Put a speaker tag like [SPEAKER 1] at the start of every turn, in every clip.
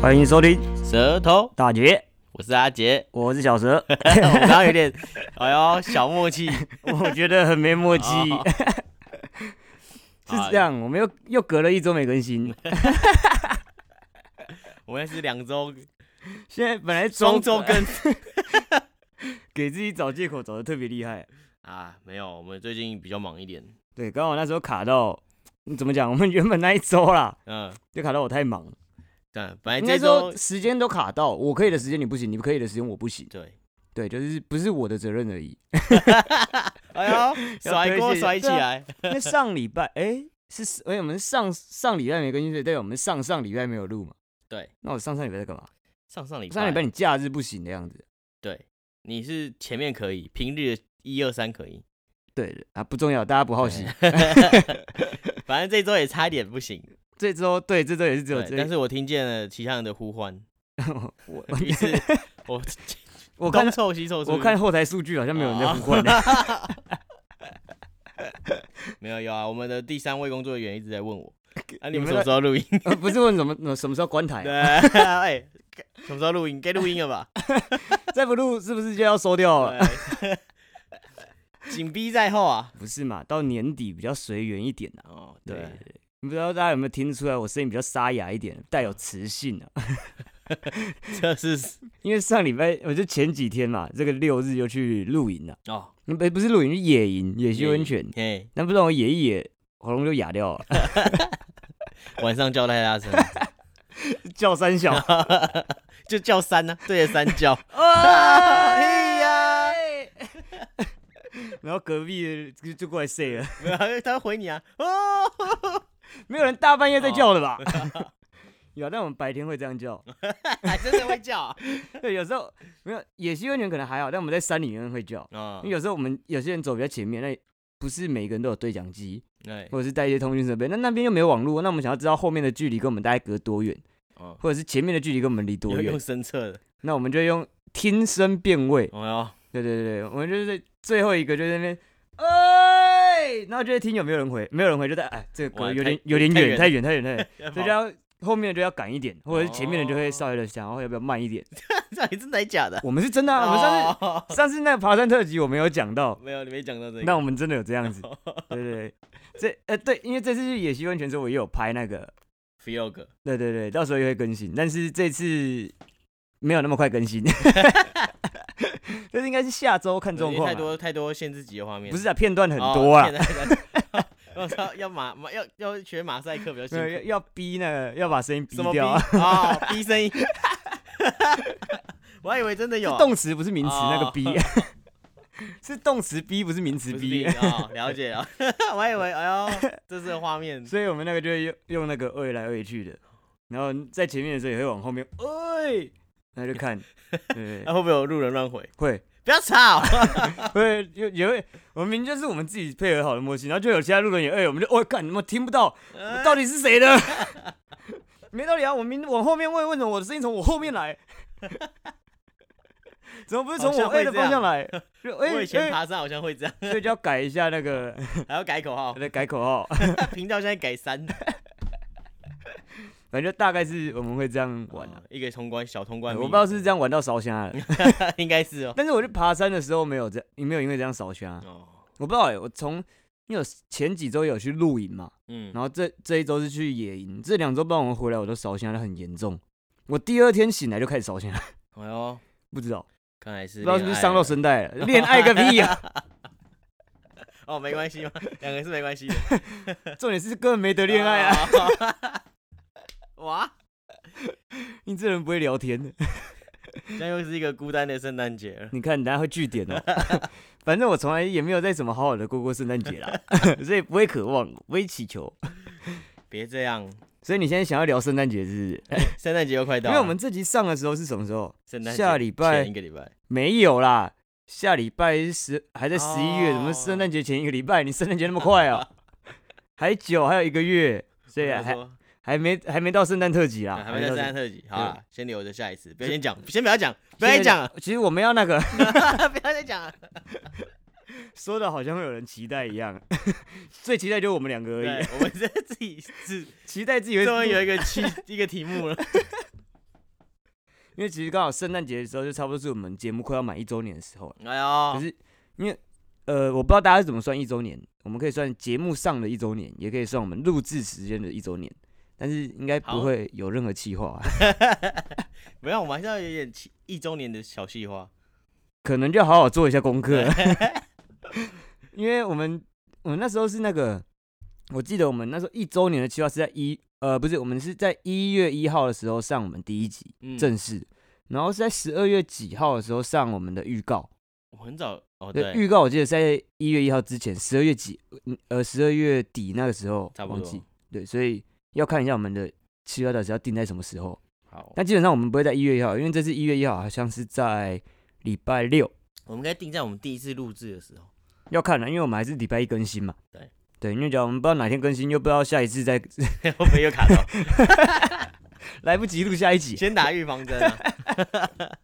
[SPEAKER 1] 欢迎收听
[SPEAKER 2] 舌头，
[SPEAKER 1] 大杰，
[SPEAKER 2] 我是阿杰。
[SPEAKER 1] 我是小 蛇。
[SPEAKER 2] 我刚刚有点，哎呦，小默 契。
[SPEAKER 1] 我觉得很没默契，
[SPEAKER 2] 哦
[SPEAKER 1] 是这
[SPEAKER 2] 啊
[SPEAKER 1] 样，我们又又隔了一周没更 新，
[SPEAKER 2] 我们是两周
[SPEAKER 1] 现在本来周
[SPEAKER 2] 双周更
[SPEAKER 1] 给自己找借口找的特别厉害。
[SPEAKER 2] 啊，没有，我们最近比较忙一点。
[SPEAKER 1] 对，刚好那时候卡到，嗯怎么讲？我们原本那一周啦，
[SPEAKER 2] 嗯，
[SPEAKER 1] 就卡到我太忙了，
[SPEAKER 2] 对，本来
[SPEAKER 1] 应
[SPEAKER 2] 哎这
[SPEAKER 1] 该
[SPEAKER 2] 周
[SPEAKER 1] 说时间都卡到，我可以的时间你不行，你不可以的时间我不行。
[SPEAKER 2] 对，
[SPEAKER 1] 对，就是不是我的责任而 已。
[SPEAKER 2] 哎呦，甩
[SPEAKER 1] 推
[SPEAKER 2] 锅
[SPEAKER 1] 卸
[SPEAKER 2] 甩起
[SPEAKER 1] 对啊
[SPEAKER 2] 来。
[SPEAKER 1] 那上礼拜，哎、是，哎、我们上上礼拜没更新，所以代表我们上上礼拜没有录嘛？
[SPEAKER 2] 对，
[SPEAKER 1] 那我上上礼拜在干嘛？
[SPEAKER 2] 上上礼拜，
[SPEAKER 1] 上礼拜你假日不行的样子。
[SPEAKER 2] 对，你是前面可以，平日一二三可 以，
[SPEAKER 1] 对的啊，不重要，大家不好奇。
[SPEAKER 2] 反正这周也差一点不行。
[SPEAKER 1] 这周对，这周也是只有
[SPEAKER 2] 对，
[SPEAKER 1] 这，
[SPEAKER 2] 但是我听见了其他人的呼 唤，
[SPEAKER 1] 我我
[SPEAKER 2] 于是我
[SPEAKER 1] 我看
[SPEAKER 2] 东凑西凑出去，
[SPEAKER 1] 我看后台数据好像没有
[SPEAKER 2] 哦
[SPEAKER 1] 人在呼唤的。
[SPEAKER 2] 没有有啊，我们的第三位工作人员一直在 问我，啊，
[SPEAKER 1] 你
[SPEAKER 2] 你
[SPEAKER 1] 们
[SPEAKER 2] 们什么
[SPEAKER 1] 在
[SPEAKER 2] 时候录音？
[SPEAKER 1] 呃不是问什么什么时候关台
[SPEAKER 2] 对，
[SPEAKER 1] 啊，
[SPEAKER 2] 哎， 什么时候录音？该录音了吧？
[SPEAKER 1] 再不录是不是就要收掉了？
[SPEAKER 2] 对 紧逼在后啊。
[SPEAKER 1] 不是嘛，到年底比较随缘一点啊。
[SPEAKER 2] 哦，
[SPEAKER 1] 对
[SPEAKER 2] 对，，
[SPEAKER 1] 不知道大家有没有听出来，我声音比较沙哑一点，带有磁性啊。
[SPEAKER 2] 这是
[SPEAKER 1] 因为上礼拜我就前几天嘛，这个六日又去露营了、
[SPEAKER 2] 哦，
[SPEAKER 1] 嗯不不是露营，是野营，野溪温泉。
[SPEAKER 2] 嘿，
[SPEAKER 1] 但不知道我野一野，喉咙就哑掉了，
[SPEAKER 2] 晚上叫太大声，
[SPEAKER 1] 叫三小。
[SPEAKER 2] 就叫三呢，对着三叫，
[SPEAKER 1] 啊
[SPEAKER 2] 嘿哎呀，
[SPEAKER 1] 然后隔壁的就就过来 say 了，
[SPEAKER 2] 没有，他回你啊，哦，
[SPEAKER 1] 没有人大半夜在叫的吧？ 有啊，但我们白天会这样叫。
[SPEAKER 2] 还真的会叫啊，
[SPEAKER 1] 对，有时候没有野溪温泉可能还好，但我们在山里面会叫。
[SPEAKER 2] 哦
[SPEAKER 1] 因为有时候我们有些人走比较前面，那不是每个人都有对讲机，
[SPEAKER 2] 对，
[SPEAKER 1] 或者是带一些通讯设备。那那边又没有网络，那我们想要知道后面的距离跟我们大概隔多远，
[SPEAKER 2] 哦，
[SPEAKER 1] 或者是前面的距离跟我们离多
[SPEAKER 2] 有
[SPEAKER 1] 远
[SPEAKER 2] 用，声测的，
[SPEAKER 1] 那我们就用听声辨位。
[SPEAKER 2] 哦哟，
[SPEAKER 1] 对对对，我们就是最后一个就在那边，哎，然后就会听有没有人回，没有人回就在哎，这个
[SPEAKER 2] 哇
[SPEAKER 1] 歌有
[SPEAKER 2] 太
[SPEAKER 1] 点有点
[SPEAKER 2] 太
[SPEAKER 1] 远，
[SPEAKER 2] 远
[SPEAKER 1] 太远太远太 远，所以就
[SPEAKER 2] 哎样，
[SPEAKER 1] 要后面就要赶一点，或者是前面的就会
[SPEAKER 2] 哦
[SPEAKER 1] 稍微的想要要不要慢一点。
[SPEAKER 2] 到底真的还假的？
[SPEAKER 1] 我们是真的啊，我们上
[SPEAKER 2] 上
[SPEAKER 1] 次上次那个爬山特辑我没有讲到，
[SPEAKER 2] 没有，你没讲到这个，
[SPEAKER 1] 那我们真的有这 样子，对对对，这呃对，因为这次去野溪温泉的时候我也有拍那个，
[SPEAKER 2] vlog
[SPEAKER 1] 对对对，到时候也会更新，但是这次没有那么快更 新， 这是应该是下周看状
[SPEAKER 2] 因为
[SPEAKER 1] 况
[SPEAKER 2] 太
[SPEAKER 1] 啊，
[SPEAKER 2] 多太多限制级的画面，
[SPEAKER 1] 不是啊，片段很
[SPEAKER 2] 哦
[SPEAKER 1] 多啊。
[SPEAKER 2] 现在 我操，要马马要要学马赛克比较辛
[SPEAKER 1] 没有要
[SPEAKER 2] 苦，
[SPEAKER 1] 要逼那个要把声音逼
[SPEAKER 2] 什么逼
[SPEAKER 1] 掉 啊！
[SPEAKER 2] 啊？逼声音， 我还以为真的有
[SPEAKER 1] 是
[SPEAKER 2] 啊
[SPEAKER 1] 动词不是名词，那个
[SPEAKER 2] 哦
[SPEAKER 1] 逼 是动词逼，不是名词
[SPEAKER 2] 不是
[SPEAKER 1] 逼
[SPEAKER 2] 逼。啊，了解了， 我还以为哎 呦，这是画面
[SPEAKER 1] 所以我们那个就会用用那个喂来喂去的，然后在前面的时候也会往后面喂，那就看， 对，
[SPEAKER 2] 那会不会有路人乱回？
[SPEAKER 1] 会
[SPEAKER 2] 不要吵，
[SPEAKER 1] 会有也会，我们明明就是我们自己配合好的默契，然后就有其他路人也哎，我们就哦，干怎么听不到，
[SPEAKER 2] 哎
[SPEAKER 1] 到底是谁的？ 没道理啊！我明往后面问，为什么我的声音从我后面 来？怎么不是从
[SPEAKER 2] 好
[SPEAKER 1] 我
[SPEAKER 2] 像会
[SPEAKER 1] A 的方向 来？就 哎
[SPEAKER 2] 我以前
[SPEAKER 1] 哎
[SPEAKER 2] 爬山好像会这样，
[SPEAKER 1] 所以就要改一下那个，
[SPEAKER 2] 还要改 口号，
[SPEAKER 1] 来改口号。
[SPEAKER 2] 频道现在改三
[SPEAKER 1] 反正就大概是我们会这样玩啊。
[SPEAKER 2] 哦一个通关小通
[SPEAKER 1] 我
[SPEAKER 2] 关密，
[SPEAKER 1] 不知道是不是这样玩到烧 瞎了，
[SPEAKER 2] 应该是哦。
[SPEAKER 1] 但是我去爬山的时候没有这，没有因为这样烧瞎。
[SPEAKER 2] 哦，
[SPEAKER 1] 我不知道哎、我从因为我前几周有去露营嘛，
[SPEAKER 2] 嗯，
[SPEAKER 1] 然后这这一周是去野营，这两周帮我回来我都烧瞎的很严重。我第二天醒来就开始烧瞎，
[SPEAKER 2] 哎呦，
[SPEAKER 1] 不知道
[SPEAKER 2] 看来是
[SPEAKER 1] 不知道是不是
[SPEAKER 2] 恋爱
[SPEAKER 1] 伤到
[SPEAKER 2] 了
[SPEAKER 1] 声带了，恋爱个屁呀、
[SPEAKER 2] 哦，没关系吗？两个是没关系的。
[SPEAKER 1] 重点是根本没得 恋爱啊！
[SPEAKER 2] 啊！ 哇，
[SPEAKER 1] 你这人不会聊天的。
[SPEAKER 2] 这样又是一个孤单的圣诞节了。
[SPEAKER 1] 你看，你等下会据点哦。 反正我从来也没有在怎么好好的过过圣诞节 啦，所以不会渴望，不会祈求。
[SPEAKER 2] 别这样，
[SPEAKER 1] 所以你现在想要聊圣诞节是不是？
[SPEAKER 2] 圣诞节又快到
[SPEAKER 1] 因
[SPEAKER 2] 了。
[SPEAKER 1] 为我们这集上的时候是什么时候？
[SPEAKER 2] 圣诞节
[SPEAKER 1] 下礼拜
[SPEAKER 2] 前一个礼拜，
[SPEAKER 1] 没有啦，下礼拜十还在十一月，
[SPEAKER 2] 哦
[SPEAKER 1] 怎么圣诞节前一个礼拜？你圣诞节那么快 啊？还久，还有一个月，所以
[SPEAKER 2] 我
[SPEAKER 1] 还
[SPEAKER 2] 说
[SPEAKER 1] 还没啊还没到圣诞特辑啦，
[SPEAKER 2] 啊还没到圣诞
[SPEAKER 1] 特
[SPEAKER 2] 特辑，好啦，先留着下一次，不要先讲，先不要讲，不要
[SPEAKER 1] 别
[SPEAKER 2] 再讲了，。
[SPEAKER 1] 其实我们要那个
[SPEAKER 2] 不要再讲了。
[SPEAKER 1] 说的好像会有人期待一样， 最期待就是我们两个而
[SPEAKER 2] 对
[SPEAKER 1] 已，，
[SPEAKER 2] 我们在自己是
[SPEAKER 1] 期待自己会
[SPEAKER 2] 终于有一个期一个题目了。
[SPEAKER 1] 因为其实刚好圣诞节的时候，就差不多是我们节目快要满一周年的时候了。
[SPEAKER 2] 哎呦，
[SPEAKER 1] 可 是因为呃，我不知道大家是怎么算一周年，我们可以算节目上的一周年，也可以算我们录制时间的一周年，但是应该
[SPEAKER 2] 好
[SPEAKER 1] 不会有任何气话、啊，
[SPEAKER 2] 没有，我们还是要有点气一周年的小细 花。
[SPEAKER 1] 可能就好好做一下功 课，啊因为我们我们那时候是那个，我记得我们那时候一周年的计划是在一呃不是，我们是在一月一号的时候上我们第一集
[SPEAKER 2] 嗯，
[SPEAKER 1] 正式，然后是在十二月几号的时候上我们的预告。
[SPEAKER 2] 我很早哦，
[SPEAKER 1] 对，
[SPEAKER 2] 对，
[SPEAKER 1] 预告我记得在一月一号之前，十二月几，嗯呃，十二月底那个时候
[SPEAKER 2] 差不
[SPEAKER 1] 忘记
[SPEAKER 2] 多。。
[SPEAKER 1] 对，所以要看一下我们的七月到底是要定在什么时候。
[SPEAKER 2] 好，
[SPEAKER 1] 但基本上我们不会在一月一号，因为这次一月一号好像是在礼拜六，
[SPEAKER 2] 我们应该定在我们第一次录制的时候。
[SPEAKER 1] 要看了，因为我们还是礼拜一更新嘛。
[SPEAKER 2] 对
[SPEAKER 1] 对，因为假如我们不知道哪天更新，又不知道下一次再
[SPEAKER 2] 会不会又卡到？
[SPEAKER 1] 来不及录下一集，
[SPEAKER 2] 先打预防针啊！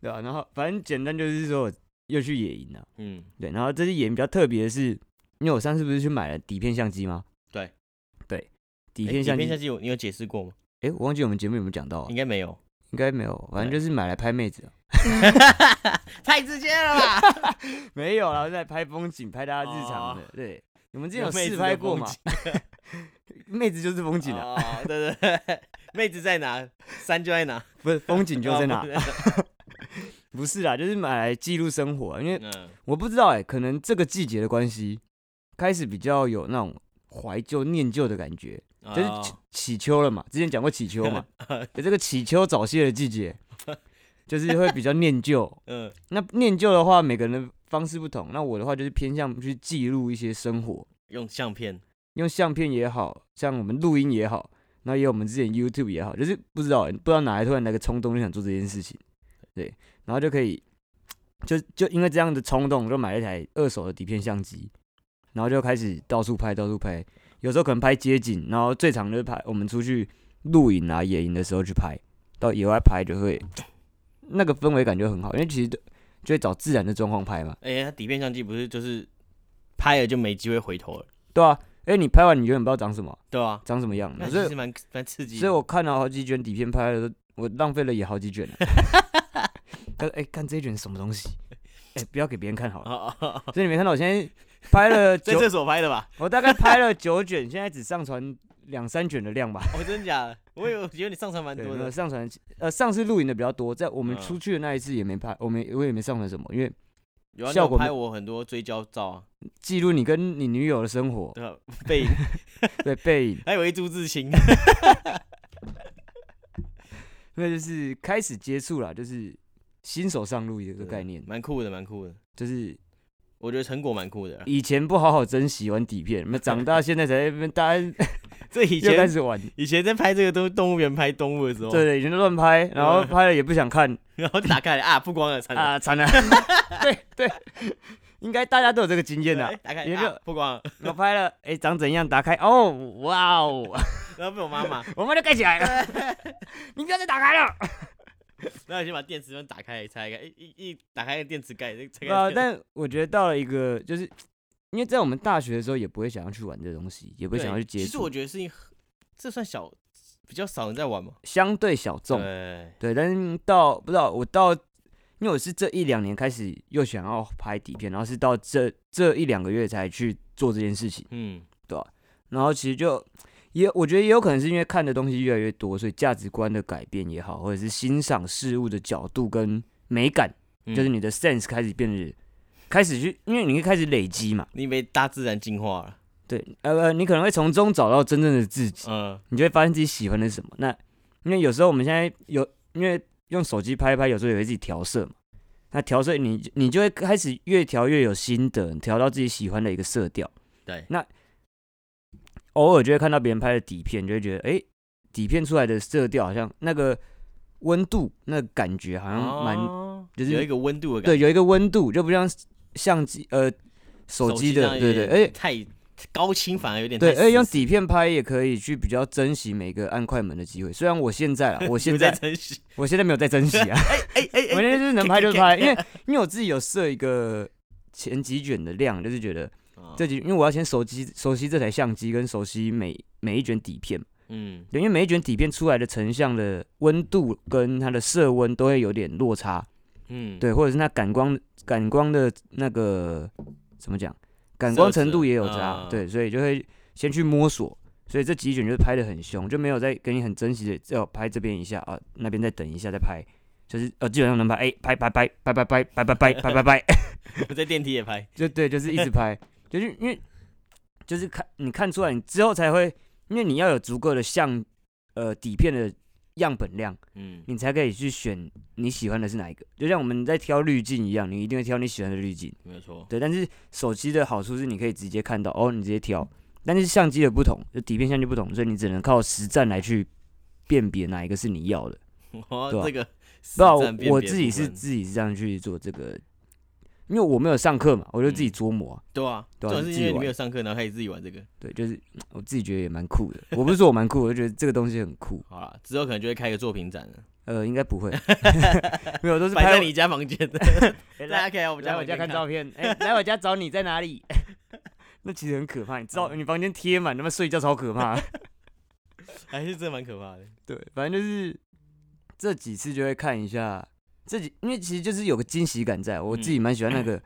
[SPEAKER 1] 对吧、然后反正简单就是说我又去野营了、
[SPEAKER 2] 嗯，
[SPEAKER 1] 对，然后这次野营比较特别的是，因为我上次不是去买了底片相机吗？
[SPEAKER 2] 对，哎
[SPEAKER 1] 对，底
[SPEAKER 2] 底
[SPEAKER 1] 片相机。
[SPEAKER 2] 片相机，我你有解释过吗？
[SPEAKER 1] 哎、我忘记我们节目有没有讲到、啊
[SPEAKER 2] 应，该没有，
[SPEAKER 1] 应该没有，反正
[SPEAKER 2] 对
[SPEAKER 1] 就是买来拍妹子、啊，
[SPEAKER 2] 太直接了 吧？
[SPEAKER 1] 没有啦，我是在拍风景，拍大家日常
[SPEAKER 2] 哦
[SPEAKER 1] 的。对，你们之前有试拍过吗？ 妹子就是风景啊，
[SPEAKER 2] 哦，对对对， 妹子在哪，山就 在哪，
[SPEAKER 1] 不是风景就在哪
[SPEAKER 2] 哦？
[SPEAKER 1] 不是啦，就是买来记录生活啊、 因为
[SPEAKER 2] 嗯，
[SPEAKER 1] 我不知道哎、可能这个季节的关系，开始比较有那种怀旧念旧的感觉，就是
[SPEAKER 2] 哦
[SPEAKER 1] 起起秋了嘛，之前讲过起 秋嘛，有这个起秋早泄的季节，就是会比较念旧，
[SPEAKER 2] 嗯，
[SPEAKER 1] 那念旧的话，每个人的方式不同。那我的话就是偏向去记录一些生活，
[SPEAKER 2] 用相片，
[SPEAKER 1] 用相片也好像我们录音也好，那也有我们之前 YouTube 也好，就是不知道不知道哪来突然来个冲动就想做这件事情，对，然后就可以就就因为这样的冲动，就买了一台二手的底片相机，然后就开始到处拍到处拍，有时候可能拍街景，然后最常就是拍我们出去露营啊野营的时候去拍，到野外拍就会那个氛围感就很好，因为其实就会找自然的状况拍嘛。
[SPEAKER 2] 哎，它底片相机不是就是拍了就没机会回头了，
[SPEAKER 1] 对啊，哎、你拍完你永远不知道长什么，
[SPEAKER 2] 对吧？
[SPEAKER 1] 长什么样。
[SPEAKER 2] 那
[SPEAKER 1] 嗯所
[SPEAKER 2] 其
[SPEAKER 1] 以，
[SPEAKER 2] 实蛮蛮刺激的，
[SPEAKER 1] 所以我看了好几卷底片拍了，我浪费了也好几 卷了。但哎，看、这一卷是什么东西？哎、不要给别人看好了。
[SPEAKER 2] 哦哦哦
[SPEAKER 1] 所以你没看到我现在拍了
[SPEAKER 2] 在
[SPEAKER 1] 九，
[SPEAKER 2] 厕所拍的吧？
[SPEAKER 1] 我大概拍了九卷，现在只上传两三卷的量吧。
[SPEAKER 2] 哦，真的假的？我有觉得你上传蛮
[SPEAKER 1] 对，
[SPEAKER 2] 多
[SPEAKER 1] 没有
[SPEAKER 2] 的，
[SPEAKER 1] 上传呃上次录影的比较多，在我们
[SPEAKER 2] 嗯
[SPEAKER 1] 出去的那一次也没拍，我没我也没上传什么，因为
[SPEAKER 2] 有啊，你
[SPEAKER 1] 效
[SPEAKER 2] 有
[SPEAKER 1] 果
[SPEAKER 2] 拍
[SPEAKER 1] 没
[SPEAKER 2] 我很多追焦照啊，
[SPEAKER 1] 记录你跟你女友的生 活，
[SPEAKER 2] 对吧？背影，
[SPEAKER 1] 对背影，
[SPEAKER 2] 还有一朱自清，
[SPEAKER 1] 那就是开始接触啦，就是新手上路一个概念，
[SPEAKER 2] 蛮酷的，蛮酷的。
[SPEAKER 1] 就是
[SPEAKER 2] 我觉得成果蛮酷的啊。
[SPEAKER 1] 以前不好好珍惜玩底片，那么长大现在才在那边大家
[SPEAKER 2] 这以
[SPEAKER 1] 又开
[SPEAKER 2] 前
[SPEAKER 1] 始玩，
[SPEAKER 2] 以前在拍这个都动物园拍动物的时候，
[SPEAKER 1] 对，对，以前都乱拍，然后
[SPEAKER 2] 对
[SPEAKER 1] 拍了也不想看
[SPEAKER 2] 然后打开来啊，不光了，惨了，
[SPEAKER 1] 啊，惨了， 对对，应该大家都有这个经验的
[SPEAKER 2] 哎，打开
[SPEAKER 1] 也
[SPEAKER 2] 来
[SPEAKER 1] 就
[SPEAKER 2] 啊，不光了，
[SPEAKER 1] 我拍了，哎，长怎样？打开，哦，哇哦，
[SPEAKER 2] 然后被我妈骂，
[SPEAKER 1] 我们就盖起来了， 你不要再打开了。
[SPEAKER 2] 然后先把电池门打开来拆开，一一一打开电池盖，这这
[SPEAKER 1] 啊，
[SPEAKER 2] 个
[SPEAKER 1] 但我觉得到了一个，就是因为在我们大学的时候，也不会想要去玩这东西，也不会想要去接
[SPEAKER 2] 其实我
[SPEAKER 1] 触，
[SPEAKER 2] 觉得是一这算小，比较少人在玩嘛。
[SPEAKER 1] 相对小众。
[SPEAKER 2] 对，
[SPEAKER 1] 对，但是到不知道我到，因为我是这一两年开始又想要拍底片，然后是到这这一两个月才去做这件事情，
[SPEAKER 2] 嗯，
[SPEAKER 1] 然后其实就也我觉得也有可能是因为看的东西越来越多，所以价值观的改变也好，或者是欣赏事物的角度跟美感，
[SPEAKER 2] 嗯
[SPEAKER 1] 就是你的 sense 开始变得开始去，因为你会开始累积嘛，
[SPEAKER 2] 你被大自然进化了，
[SPEAKER 1] 对，呃呃，你可能会从中找到真正的自己。
[SPEAKER 2] 嗯，
[SPEAKER 1] 你就会发现自己喜欢的是什么。那因为有时候我们现在有，因为用手机拍一拍，有时候也会自己调色嘛。那调色你你就会开始越调越有心得，你调到自己喜欢的一个色调。
[SPEAKER 2] 对，
[SPEAKER 1] 偶尔就会看到别人拍的底片，就会觉得哎、诶底片出来的色调好像那个温度、那个感觉好像蛮、
[SPEAKER 2] 哦
[SPEAKER 1] 就是
[SPEAKER 2] 有一个温度的感觉，
[SPEAKER 1] 对，有一个温度，就不像相机呃手机
[SPEAKER 2] 上
[SPEAKER 1] 的
[SPEAKER 2] 有
[SPEAKER 1] 对对，
[SPEAKER 2] 点
[SPEAKER 1] 而且
[SPEAKER 2] 太高清反而有点
[SPEAKER 1] 对，哎
[SPEAKER 2] 太
[SPEAKER 1] 而且用
[SPEAKER 2] 死死
[SPEAKER 1] 底片拍也可以去比较珍惜每个按快门的机会。虽然我现在 啊，我现
[SPEAKER 2] 不再
[SPEAKER 1] 在
[SPEAKER 2] 珍惜，
[SPEAKER 1] 我现在没有在珍惜啊，
[SPEAKER 2] 哎哎哎，
[SPEAKER 1] 我
[SPEAKER 2] 哎
[SPEAKER 1] 那天就是能拍就拍，因为因为我自己有设一个前几卷的量，就是觉得
[SPEAKER 2] 哦
[SPEAKER 1] 这几，因为我要先熟悉熟悉这台相机，跟熟悉每每一卷底片，
[SPEAKER 2] 嗯，
[SPEAKER 1] 对，因为每一卷底片出来的成像的温度跟它的色温都会有点落差，
[SPEAKER 2] 嗯，
[SPEAKER 1] 对，或者是它感光感光的那个怎么讲，感光程度也有差，
[SPEAKER 2] 嗯
[SPEAKER 1] 对，所以就会先去摸索，所以这几卷就是拍的很凶，就没有再给你很珍惜的要拍这边一下啊，那边再等一下再拍，就是呃基本上能拍，哎、拍拍拍拍拍拍拍拍拍拍拍拍，
[SPEAKER 2] 我在电梯也拍，
[SPEAKER 1] 就对，就是一直拍，就是因为就是看你看出来，你之后才会，因为你要有足够的像呃底片的样本量，
[SPEAKER 2] 嗯
[SPEAKER 1] 你才可以去选你喜欢的是哪一个。就像我们在挑滤镜一样，你一定会挑你喜欢的滤镜。
[SPEAKER 2] 没有错，
[SPEAKER 1] 对，但是手机的好处是你可以直接看到，哦，你直接挑。但是相机的不同，就底片相机不同，所以你只能靠实战来去辨别哪一个是你要的。
[SPEAKER 2] 哇，
[SPEAKER 1] 对啊
[SPEAKER 2] 哦这个实
[SPEAKER 1] 不然
[SPEAKER 2] 战辨
[SPEAKER 1] 我我
[SPEAKER 2] 别
[SPEAKER 1] 自己
[SPEAKER 2] 部
[SPEAKER 1] 是
[SPEAKER 2] 分
[SPEAKER 1] 自己是这样去做这个，因为我没有上课嘛，我就自己
[SPEAKER 2] 嗯
[SPEAKER 1] 琢磨啊、
[SPEAKER 2] 对啊，
[SPEAKER 1] 对
[SPEAKER 2] 主
[SPEAKER 1] 啊
[SPEAKER 2] 要
[SPEAKER 1] 自
[SPEAKER 2] 是
[SPEAKER 1] 己
[SPEAKER 2] 因为你
[SPEAKER 1] 玩
[SPEAKER 2] 没有上课，然后开始自己玩这个。
[SPEAKER 1] 对，就是我自己觉得也蛮酷的。我不是说我蛮酷，我就觉得这个东西很酷。
[SPEAKER 2] 好了，之后可能就会开个作品展了，
[SPEAKER 1] 呃，应该不会， 没有，都是
[SPEAKER 2] 摆
[SPEAKER 1] 拍
[SPEAKER 2] 在
[SPEAKER 1] 我
[SPEAKER 2] 你家房间的，
[SPEAKER 1] 哎
[SPEAKER 2] 大家可以来我们家
[SPEAKER 1] 来我家
[SPEAKER 2] 房间
[SPEAKER 1] 看照 片，哎、来我家找你在哪里？ 那其实很可怕，你知道，
[SPEAKER 2] 嗯
[SPEAKER 1] 你房间贴满，他妈睡觉超可怕。
[SPEAKER 2] 还哎是真的蛮可怕的。
[SPEAKER 1] 对，反正就是这几次就会看一下这几，因为其实就是有个惊喜感在，我
[SPEAKER 2] 嗯
[SPEAKER 1] 自己蛮喜欢那个，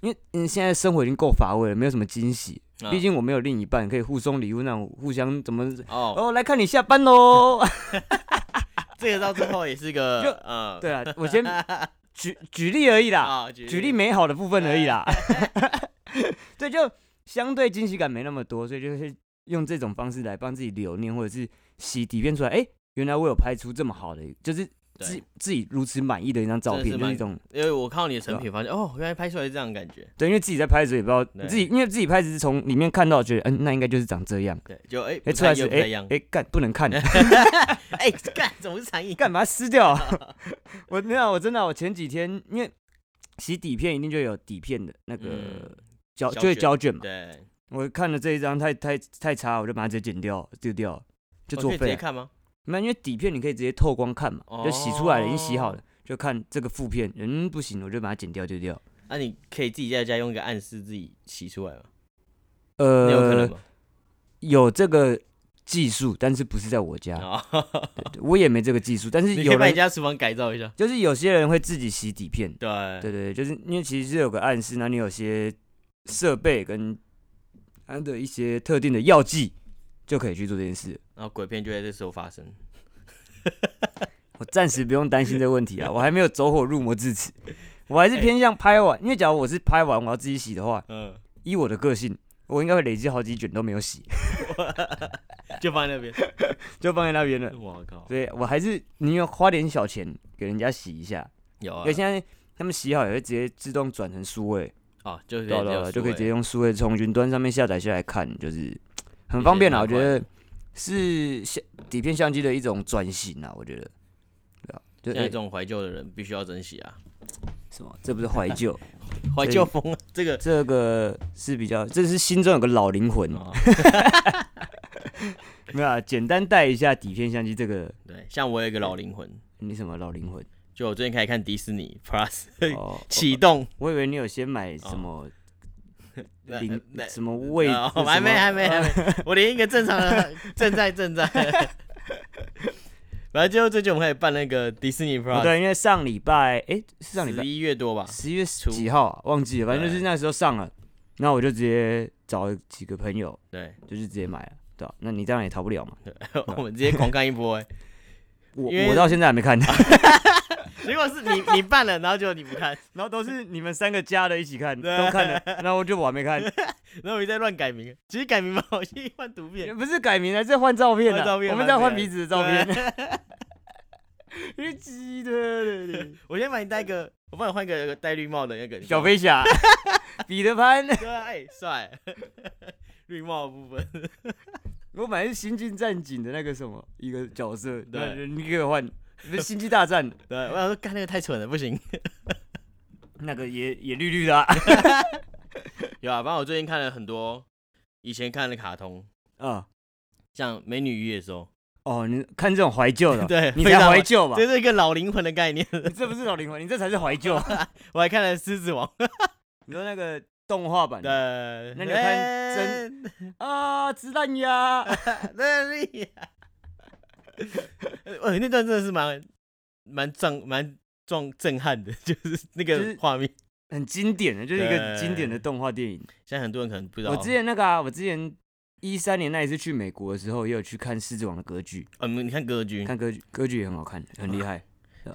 [SPEAKER 1] 因为嗯现在生活已经够乏味了，没有什么惊喜，
[SPEAKER 2] 啊
[SPEAKER 1] 毕竟我没有另一半可以互送礼物那种互相怎么
[SPEAKER 2] 哦，
[SPEAKER 1] 哦来看你下班喽。
[SPEAKER 2] 这个到最后也 是
[SPEAKER 1] 就
[SPEAKER 2] 个 嗯，
[SPEAKER 1] 对啊，我先举举例而已啦，
[SPEAKER 2] 啊，举
[SPEAKER 1] 举例美好的部分而已啦。 对，就相对惊喜感没那么多，所以就是用这种方式来帮自己留念，或者是洗底片出来。哎、原来我有拍出这么好的，就是自
[SPEAKER 2] 对
[SPEAKER 1] 己自己如此满意的一张照
[SPEAKER 2] 真
[SPEAKER 1] 片，
[SPEAKER 2] 的是
[SPEAKER 1] 就是
[SPEAKER 2] 蛮
[SPEAKER 1] 一种
[SPEAKER 2] 因为我看到你的成品，
[SPEAKER 1] 啊
[SPEAKER 2] 发现哦，原来拍出来是这样的感觉。
[SPEAKER 1] 对，因为自己在拍的时候也不知道
[SPEAKER 2] 对
[SPEAKER 1] 自己，因为自己拍只是从里面看到，觉得嗯，那应该就是长这样。
[SPEAKER 2] 对，就哎，
[SPEAKER 1] 哎、
[SPEAKER 2] 不
[SPEAKER 1] 出来
[SPEAKER 2] 太
[SPEAKER 1] 是
[SPEAKER 2] 一样不
[SPEAKER 1] 哎
[SPEAKER 2] 太一样。
[SPEAKER 1] 哎干不能看，
[SPEAKER 2] 哎，干，怎么是残影？
[SPEAKER 1] 干嘛撕 掉啊？我没有，我真的啊、我前几天因为洗底片一定就有底片的那个
[SPEAKER 2] 嗯
[SPEAKER 1] 胶，
[SPEAKER 2] 胶
[SPEAKER 1] 就会
[SPEAKER 2] 卷
[SPEAKER 1] 胶卷嘛。
[SPEAKER 2] 对，
[SPEAKER 1] 我看了这一张太太太差，我就把它直接剪掉丢掉，就
[SPEAKER 2] 我
[SPEAKER 1] 作
[SPEAKER 2] 哦可以直
[SPEAKER 1] 废
[SPEAKER 2] 接
[SPEAKER 1] 啊。
[SPEAKER 2] 看哦吗？
[SPEAKER 1] 那因为底片你可以直接透光看嘛，就洗出来了，已经洗好
[SPEAKER 2] 哦
[SPEAKER 1] 了，就看这个副片，嗯不行，我就把它剪掉丢掉。
[SPEAKER 2] 那啊你可以自己在家用一个暗示自己洗出来吗？那有可能
[SPEAKER 1] 呃，
[SPEAKER 2] 吗？
[SPEAKER 1] 有这个技术，但是不是在我家，
[SPEAKER 2] 啊，
[SPEAKER 1] 对我也没这个技术，但是
[SPEAKER 2] 你可以
[SPEAKER 1] 有
[SPEAKER 2] 把你
[SPEAKER 1] 人
[SPEAKER 2] 家厨房改造一下。
[SPEAKER 1] 就是有些人会自己洗底片，
[SPEAKER 2] 对，
[SPEAKER 1] 对对，对就是因为其实是有个暗示，那你有些设备跟它的一些特定的药剂就可以去做这件事了。
[SPEAKER 2] 然后鬼片就在这时候发生。
[SPEAKER 1] 我暂时不用担心这个问题啊，我还没有走火入魔至此，我还是偏向拍完，因为假如我是拍完我要自己洗的话，
[SPEAKER 2] 嗯，
[SPEAKER 1] 依我的个性，我应该会累积好几卷都没有洗，
[SPEAKER 2] 就放在那 边。
[SPEAKER 1] 就放在那边了。
[SPEAKER 2] 我靠，
[SPEAKER 1] 所以我还是宁愿花点小钱给人家洗一下，
[SPEAKER 2] 有啊
[SPEAKER 1] 因为，现在他们洗好也会直接自动转成数位，
[SPEAKER 2] 啊，就可以
[SPEAKER 1] 对啊对
[SPEAKER 2] 这
[SPEAKER 1] 啊
[SPEAKER 2] 样
[SPEAKER 1] 就可以直接
[SPEAKER 2] 说
[SPEAKER 1] 用数位从云端上面下载下来看，就是很方便啦。我
[SPEAKER 2] 也是
[SPEAKER 1] 觉
[SPEAKER 2] 蛮快
[SPEAKER 1] 得是相底片相机的一种转型啊，我觉得，对啊，就
[SPEAKER 2] 欸像你
[SPEAKER 1] 哎
[SPEAKER 2] 这种怀旧的人必须要珍惜啊，
[SPEAKER 1] 什么，这不是怀旧。
[SPEAKER 2] 怀旧风啊，这个
[SPEAKER 1] 这个是比较，这是心中有个老灵魂，
[SPEAKER 2] 啊，
[SPEAKER 1] 没有、啊？简单带一下底片相机这个，
[SPEAKER 2] 对，像我有一个老灵魂，
[SPEAKER 1] 你什么老灵魂？
[SPEAKER 2] 就我最近开始看迪士尼 Plus
[SPEAKER 1] 哦，
[SPEAKER 2] 启动，
[SPEAKER 1] 我以为你有先买什么
[SPEAKER 2] 哦那
[SPEAKER 1] 灵
[SPEAKER 2] 那
[SPEAKER 1] 什么味，
[SPEAKER 2] 啊
[SPEAKER 1] 什
[SPEAKER 2] 我
[SPEAKER 1] 么
[SPEAKER 2] 还没还没还没， 我连一个正常的正在正在，反正就最近我们开始办那个迪士尼
[SPEAKER 1] 哦
[SPEAKER 2] Plus，
[SPEAKER 1] 对，因为上礼拜，哎，是上礼拜哦
[SPEAKER 2] 十一月多吧，
[SPEAKER 1] 十一月
[SPEAKER 2] 初
[SPEAKER 1] 几号、啊、忘记了，反正就是
[SPEAKER 2] 对
[SPEAKER 1] 那时候上了，那我就直接找几个朋友，
[SPEAKER 2] 对，
[SPEAKER 1] 就是直接买了，对吧、那你当然也逃不了嘛。
[SPEAKER 2] 我们直接狂干一波 哎，
[SPEAKER 1] 我
[SPEAKER 2] 因为
[SPEAKER 1] 我到现在还没 看，
[SPEAKER 2] 结果是你你办了，然后结果你不看，
[SPEAKER 1] 然后都是你们三个加的一起看，
[SPEAKER 2] 对
[SPEAKER 1] 都看了，然后我就我还没看，
[SPEAKER 2] 然后你再乱改名，其实改名蛮好心换图片，
[SPEAKER 1] 不是改名了，是换照片
[SPEAKER 2] 换
[SPEAKER 1] 了。
[SPEAKER 2] 照片
[SPEAKER 1] 我们在换
[SPEAKER 2] 换
[SPEAKER 1] 彼
[SPEAKER 2] 照片
[SPEAKER 1] 此的照 片。你记 得
[SPEAKER 2] 我先帮你戴一个，我帮你换一个戴绿帽的那个
[SPEAKER 1] 小，飞侠、 彼得潘，
[SPEAKER 2] 对啊，哎，帅，绿帽的部分，
[SPEAKER 1] 我本来是《星际战警》的那个什么一个角色，
[SPEAKER 2] 对
[SPEAKER 1] 那你给我换，不是《星际大战》
[SPEAKER 2] 对，我想说干那个太蠢了，不行。
[SPEAKER 1] 那个也也绿绿的啊。
[SPEAKER 2] 有啊，反正我最近看了很多以前看的卡通，
[SPEAKER 1] 啊
[SPEAKER 2] 像《美女与野兽，
[SPEAKER 1] 哦，你看这种怀旧》的
[SPEAKER 2] 对，
[SPEAKER 1] 你
[SPEAKER 2] 非
[SPEAKER 1] 才
[SPEAKER 2] 常
[SPEAKER 1] 怀旧吧？
[SPEAKER 2] 这是一个老灵魂的概念。
[SPEAKER 1] 你这不是老灵魂，你这才是怀 旧。
[SPEAKER 2] 我还看了《狮子王》
[SPEAKER 1] 你说那个动画版的那
[SPEAKER 2] 对，
[SPEAKER 1] 你有看
[SPEAKER 2] 真
[SPEAKER 1] 啊，子弹鸭，
[SPEAKER 2] 那厉害？呃，那段真的是蛮蛮壮蛮壮震撼的， 就是那
[SPEAKER 1] 就
[SPEAKER 2] 个
[SPEAKER 1] 是
[SPEAKER 2] 画面。
[SPEAKER 1] 很经典的，就是一个经典的
[SPEAKER 2] 对
[SPEAKER 1] 动画电影。
[SPEAKER 2] 现在很多人可能不知道，哦
[SPEAKER 1] 我之前那个啊，我之前一三年那一次去美国的时候，也有去看《狮子王》的歌剧，
[SPEAKER 2] 嗯，你看歌剧，
[SPEAKER 1] 看歌剧，歌剧也很好看，很厉害。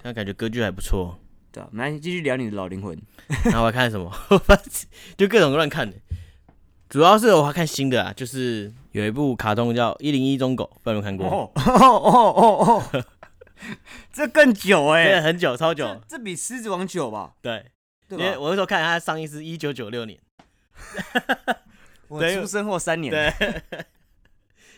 [SPEAKER 2] 那感觉歌剧还不错。哦
[SPEAKER 1] 对啊，来继续聊你的老灵魂。
[SPEAKER 2] 然后我还看什么， 我发现就各种乱看的。主要是我还看新的啊，就是有一部卡通叫《一零一忠狗》，不知道有没有看过？
[SPEAKER 1] 哦哦哦哦，这更 久
[SPEAKER 2] 对、啊
[SPEAKER 1] 哎，
[SPEAKER 2] 很久，超
[SPEAKER 1] 这
[SPEAKER 2] 久。
[SPEAKER 1] 这比《狮子王》久吧？
[SPEAKER 2] 对，
[SPEAKER 1] 对
[SPEAKER 2] 因为
[SPEAKER 1] 吧？
[SPEAKER 2] 我那时候看它上映是一九九六年，
[SPEAKER 1] 我
[SPEAKER 2] 对
[SPEAKER 1] 出生后三年，
[SPEAKER 2] 对。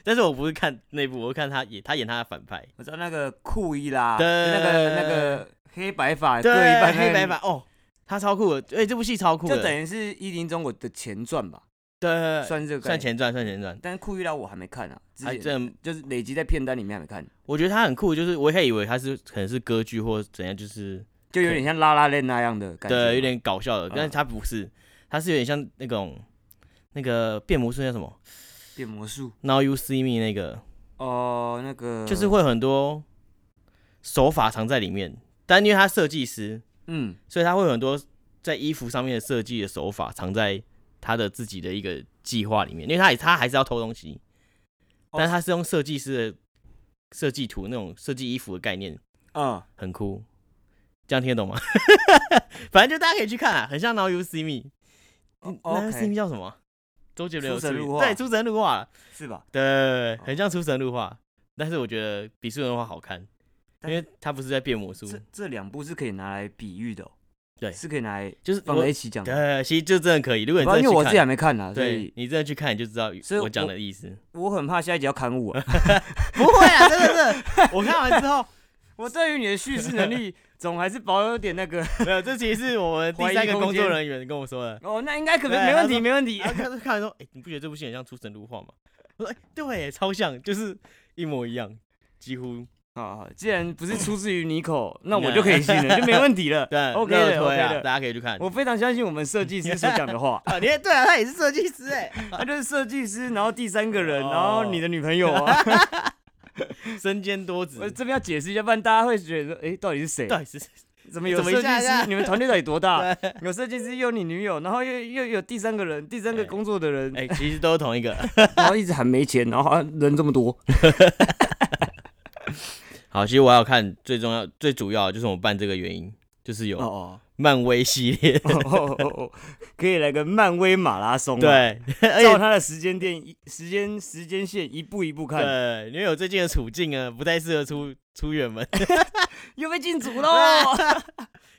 [SPEAKER 2] 但是我不是看那部，我是看他演他演他的反派，
[SPEAKER 1] 我知道那个库伊拉，
[SPEAKER 2] 对
[SPEAKER 1] 那个那个黑白发
[SPEAKER 2] 对，
[SPEAKER 1] 各一半，
[SPEAKER 2] 黑白版，哦，他超酷的，哎，这部戏超酷的，
[SPEAKER 1] 就等于是《一零中国》的前传吧，
[SPEAKER 2] 对对对，
[SPEAKER 1] 算是这个概
[SPEAKER 2] 算
[SPEAKER 1] 念。
[SPEAKER 2] 前传，算前传。
[SPEAKER 1] 但是库伊拉我还没看啊，之
[SPEAKER 2] 他
[SPEAKER 1] 前
[SPEAKER 2] 这
[SPEAKER 1] 就是累积在片单里面还没看，
[SPEAKER 2] 我觉得他很酷，就是我一开始以为他是可能是歌剧或怎样，就是
[SPEAKER 1] 就有点像拉拉链那样的感觉，
[SPEAKER 2] 对有。点搞笑的，
[SPEAKER 1] 嗯
[SPEAKER 2] 但是他不是，他是有点像那种那个变魔术叫什么
[SPEAKER 1] 变魔术
[SPEAKER 2] ，Now You See Me 那个，
[SPEAKER 1] 哦，那个
[SPEAKER 2] 就是会有很多手法藏在里面，但因为他设计师，
[SPEAKER 1] 嗯，
[SPEAKER 2] 所以他会有很多在衣服上面的设计的手法藏在他的自己的一个计划里面，因为他也他还是要偷东西，
[SPEAKER 1] 哦
[SPEAKER 2] 但是他是用设计师的设计图那种设计衣服的概念，
[SPEAKER 1] 嗯，
[SPEAKER 2] 很酷，这样听得懂吗？ 反正就大家可以去看啊，很像《Now You See Me》嗯，
[SPEAKER 1] 哦
[SPEAKER 2] 那 You See
[SPEAKER 1] ，OK，
[SPEAKER 2] Me 叫什么？周杰伦有
[SPEAKER 1] 出神
[SPEAKER 2] 出
[SPEAKER 1] 入化
[SPEAKER 2] 对，出神入化了，
[SPEAKER 1] 是吧？
[SPEAKER 2] 对，
[SPEAKER 1] 哦
[SPEAKER 2] 很像出神入化，但是我觉得比出神入化好看，因
[SPEAKER 1] 但
[SPEAKER 2] 为他不是在变魔术，
[SPEAKER 1] 这这两部是可以拿来比喻的哦，
[SPEAKER 2] 对
[SPEAKER 1] 是可以拿来
[SPEAKER 2] 就是
[SPEAKER 1] 放
[SPEAKER 2] 我
[SPEAKER 1] 在一起讲的。
[SPEAKER 2] 对，其实就真的可以。如果
[SPEAKER 1] 我
[SPEAKER 2] 你
[SPEAKER 1] 不知道
[SPEAKER 2] 真
[SPEAKER 1] 因为
[SPEAKER 2] 的
[SPEAKER 1] 我自
[SPEAKER 2] 去
[SPEAKER 1] 己还
[SPEAKER 2] 看，
[SPEAKER 1] 没看呢，所
[SPEAKER 2] 对
[SPEAKER 1] 以
[SPEAKER 2] 你真的去看，你就知道
[SPEAKER 1] 所以
[SPEAKER 2] 我讲
[SPEAKER 1] 我
[SPEAKER 2] 的意思。
[SPEAKER 1] 我很怕下一集要砍我。
[SPEAKER 2] 不会啊，真的是， 我看完之后，
[SPEAKER 1] 我对于你的叙事能 力总还是保有点那个。
[SPEAKER 2] 没有，这其实是我们第
[SPEAKER 1] 怀疑
[SPEAKER 2] 三个
[SPEAKER 1] 空
[SPEAKER 2] 工作
[SPEAKER 1] 间
[SPEAKER 2] 人员跟我说的。
[SPEAKER 1] 哦，那应该可能
[SPEAKER 2] 对
[SPEAKER 1] 没问
[SPEAKER 2] 他
[SPEAKER 1] 题，
[SPEAKER 2] 说
[SPEAKER 1] 没问题
[SPEAKER 2] 然。后看看完说，哎、你不觉得这部戏很像《出神入化》吗？我说，哎、对，超像，就是一模一样，几乎。
[SPEAKER 1] 好，好既然不是出自于你口，那我就可以信了，就没问题了。
[SPEAKER 2] 对
[SPEAKER 1] OK
[SPEAKER 2] 热
[SPEAKER 1] 的
[SPEAKER 2] 推啊
[SPEAKER 1] ，OK 的。
[SPEAKER 2] 大家可以去看。，
[SPEAKER 1] 我非常相信我们设计师所讲的话
[SPEAKER 2] 啊，你也对啊，他也是设计师哎、
[SPEAKER 1] 他就是设计师，然后第三个人，
[SPEAKER 2] 哦
[SPEAKER 1] 然后你的女朋友啊。
[SPEAKER 2] 身兼多职
[SPEAKER 1] 我，这边要解释一下，不然大家会觉得，哎，到底是谁？
[SPEAKER 2] 到底 是
[SPEAKER 1] 怎么有
[SPEAKER 2] 怎么一
[SPEAKER 1] 设计
[SPEAKER 2] 下下
[SPEAKER 1] 师？你们团队到底多 大？有设计师，又有你女友，然后又又有第三个人，第三个
[SPEAKER 2] 哎
[SPEAKER 1] 工作的人，
[SPEAKER 2] 哎、其实都是同一个。
[SPEAKER 1] 然后一直喊没钱，然后人这么多。
[SPEAKER 2] 好，其实我要看最重要、最主要的就是我们办这个原因，就是
[SPEAKER 1] 哦
[SPEAKER 2] 有
[SPEAKER 1] 哦。
[SPEAKER 2] 漫威系列，
[SPEAKER 1] 哦哦哦哦，可以来个漫威马拉松、啊，，
[SPEAKER 2] 对， 哎而
[SPEAKER 1] 照
[SPEAKER 2] 且
[SPEAKER 1] 他的时间点一时间时间线一步一步看，
[SPEAKER 2] 对，因为我最近的处境啊，不太适合出 出远门，
[SPEAKER 1] 又被禁足喽。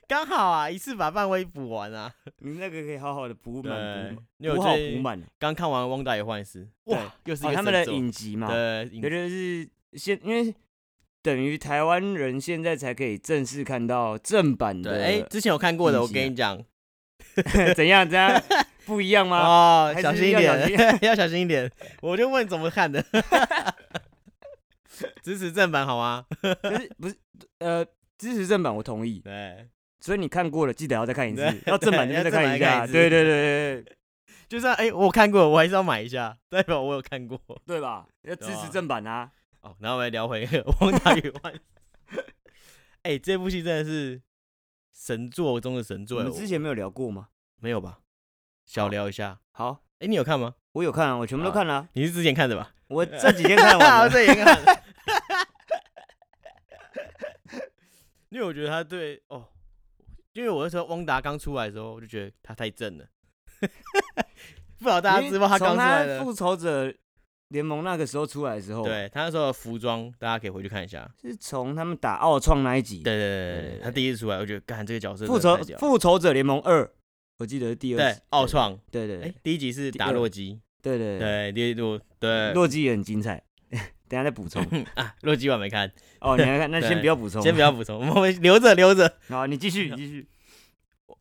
[SPEAKER 2] 刚好啊，一次把漫威补完啊。
[SPEAKER 1] 你那个可以好好的补满
[SPEAKER 2] 对，
[SPEAKER 1] 补
[SPEAKER 2] 因
[SPEAKER 1] 满，
[SPEAKER 2] 为
[SPEAKER 1] 补
[SPEAKER 2] 我
[SPEAKER 1] 好
[SPEAKER 2] 最
[SPEAKER 1] 补满。
[SPEAKER 2] 刚看完《汪大爷幻视》，哇，又是一
[SPEAKER 1] 哦，
[SPEAKER 2] 个
[SPEAKER 1] 他们的
[SPEAKER 2] 神作
[SPEAKER 1] 影集嘛，
[SPEAKER 2] 对，
[SPEAKER 1] 也就是现因为等于台湾人现在才可以正式看到正版
[SPEAKER 2] 对，哎，
[SPEAKER 1] 的，
[SPEAKER 2] 之前有看过的，
[SPEAKER 1] 影
[SPEAKER 2] 我
[SPEAKER 1] 集啊
[SPEAKER 2] 跟你讲
[SPEAKER 1] 怎样怎 样不一样吗？
[SPEAKER 2] 哦，
[SPEAKER 1] 还
[SPEAKER 2] 小
[SPEAKER 1] 是
[SPEAKER 2] 心一
[SPEAKER 1] 要小
[SPEAKER 2] 点， 要小心一点。我就问怎么看的， 支持正版好吗？
[SPEAKER 1] 可是不是呃支持正版我同意，
[SPEAKER 2] 对，
[SPEAKER 1] 所以你看过了记得要再看一次
[SPEAKER 2] 对，
[SPEAKER 1] 要正版就再
[SPEAKER 2] 对要
[SPEAKER 1] 看一
[SPEAKER 2] 正版
[SPEAKER 1] 下，
[SPEAKER 2] 看一次
[SPEAKER 1] 对对对对对。
[SPEAKER 2] 就算哎，我看过，我还是要买一下，代表我有看过。
[SPEAKER 1] 对吧？要支
[SPEAKER 2] 对啊
[SPEAKER 1] 持正版啊！
[SPEAKER 2] 哦，然后我们聊回 《汪大爷幻视》，哎，这部戏真的是神作中的神
[SPEAKER 1] 我
[SPEAKER 2] 作，
[SPEAKER 1] 们
[SPEAKER 2] 我
[SPEAKER 1] 之前没有聊过吗？
[SPEAKER 2] 没有吧？小聊一下，
[SPEAKER 1] 好，
[SPEAKER 2] 哎，你有看吗？
[SPEAKER 1] 我有看啊，我全部都
[SPEAKER 2] 啊
[SPEAKER 1] 看 了啊、
[SPEAKER 2] 你是之前看 的吧？
[SPEAKER 1] 我这几天啊看完了。
[SPEAKER 2] 这也看。 因为我觉得他对哦，因为我那时候汪达刚出来的时候，我就觉得他太正了。 不知道大家知不知道他
[SPEAKER 1] 因为从
[SPEAKER 2] 刚出来
[SPEAKER 1] 他
[SPEAKER 2] 的？
[SPEAKER 1] 复仇者联盟那个时候出来的时候，，
[SPEAKER 2] 对他那时候的服装，大家可以回去看一下。
[SPEAKER 1] 是从他们打奥创那一集，
[SPEAKER 2] 对对对
[SPEAKER 1] 对
[SPEAKER 2] 对
[SPEAKER 1] 对
[SPEAKER 2] 对，
[SPEAKER 1] 对
[SPEAKER 2] 他第一次出来，我觉得干这个角色真
[SPEAKER 1] 复
[SPEAKER 2] 的
[SPEAKER 1] 仇
[SPEAKER 2] 太屌了
[SPEAKER 1] 复仇者联盟二，我记得是第二
[SPEAKER 2] 对
[SPEAKER 1] 集，
[SPEAKER 2] 奥，创，
[SPEAKER 1] 对对
[SPEAKER 2] 哎
[SPEAKER 1] 对，
[SPEAKER 2] 第一集是
[SPEAKER 1] 第
[SPEAKER 2] 打
[SPEAKER 1] 二
[SPEAKER 2] 洛基，
[SPEAKER 1] 对对对
[SPEAKER 2] 对，第一洛对
[SPEAKER 1] 对，洛基也很精彩， 等一下再补 充
[SPEAKER 2] 啊，洛基我还没看，
[SPEAKER 1] 哦。你来看，那
[SPEAKER 2] 对
[SPEAKER 1] 先不要补充，
[SPEAKER 2] 先不要补充，我们留着留着。
[SPEAKER 1] 好，你继 续，你继续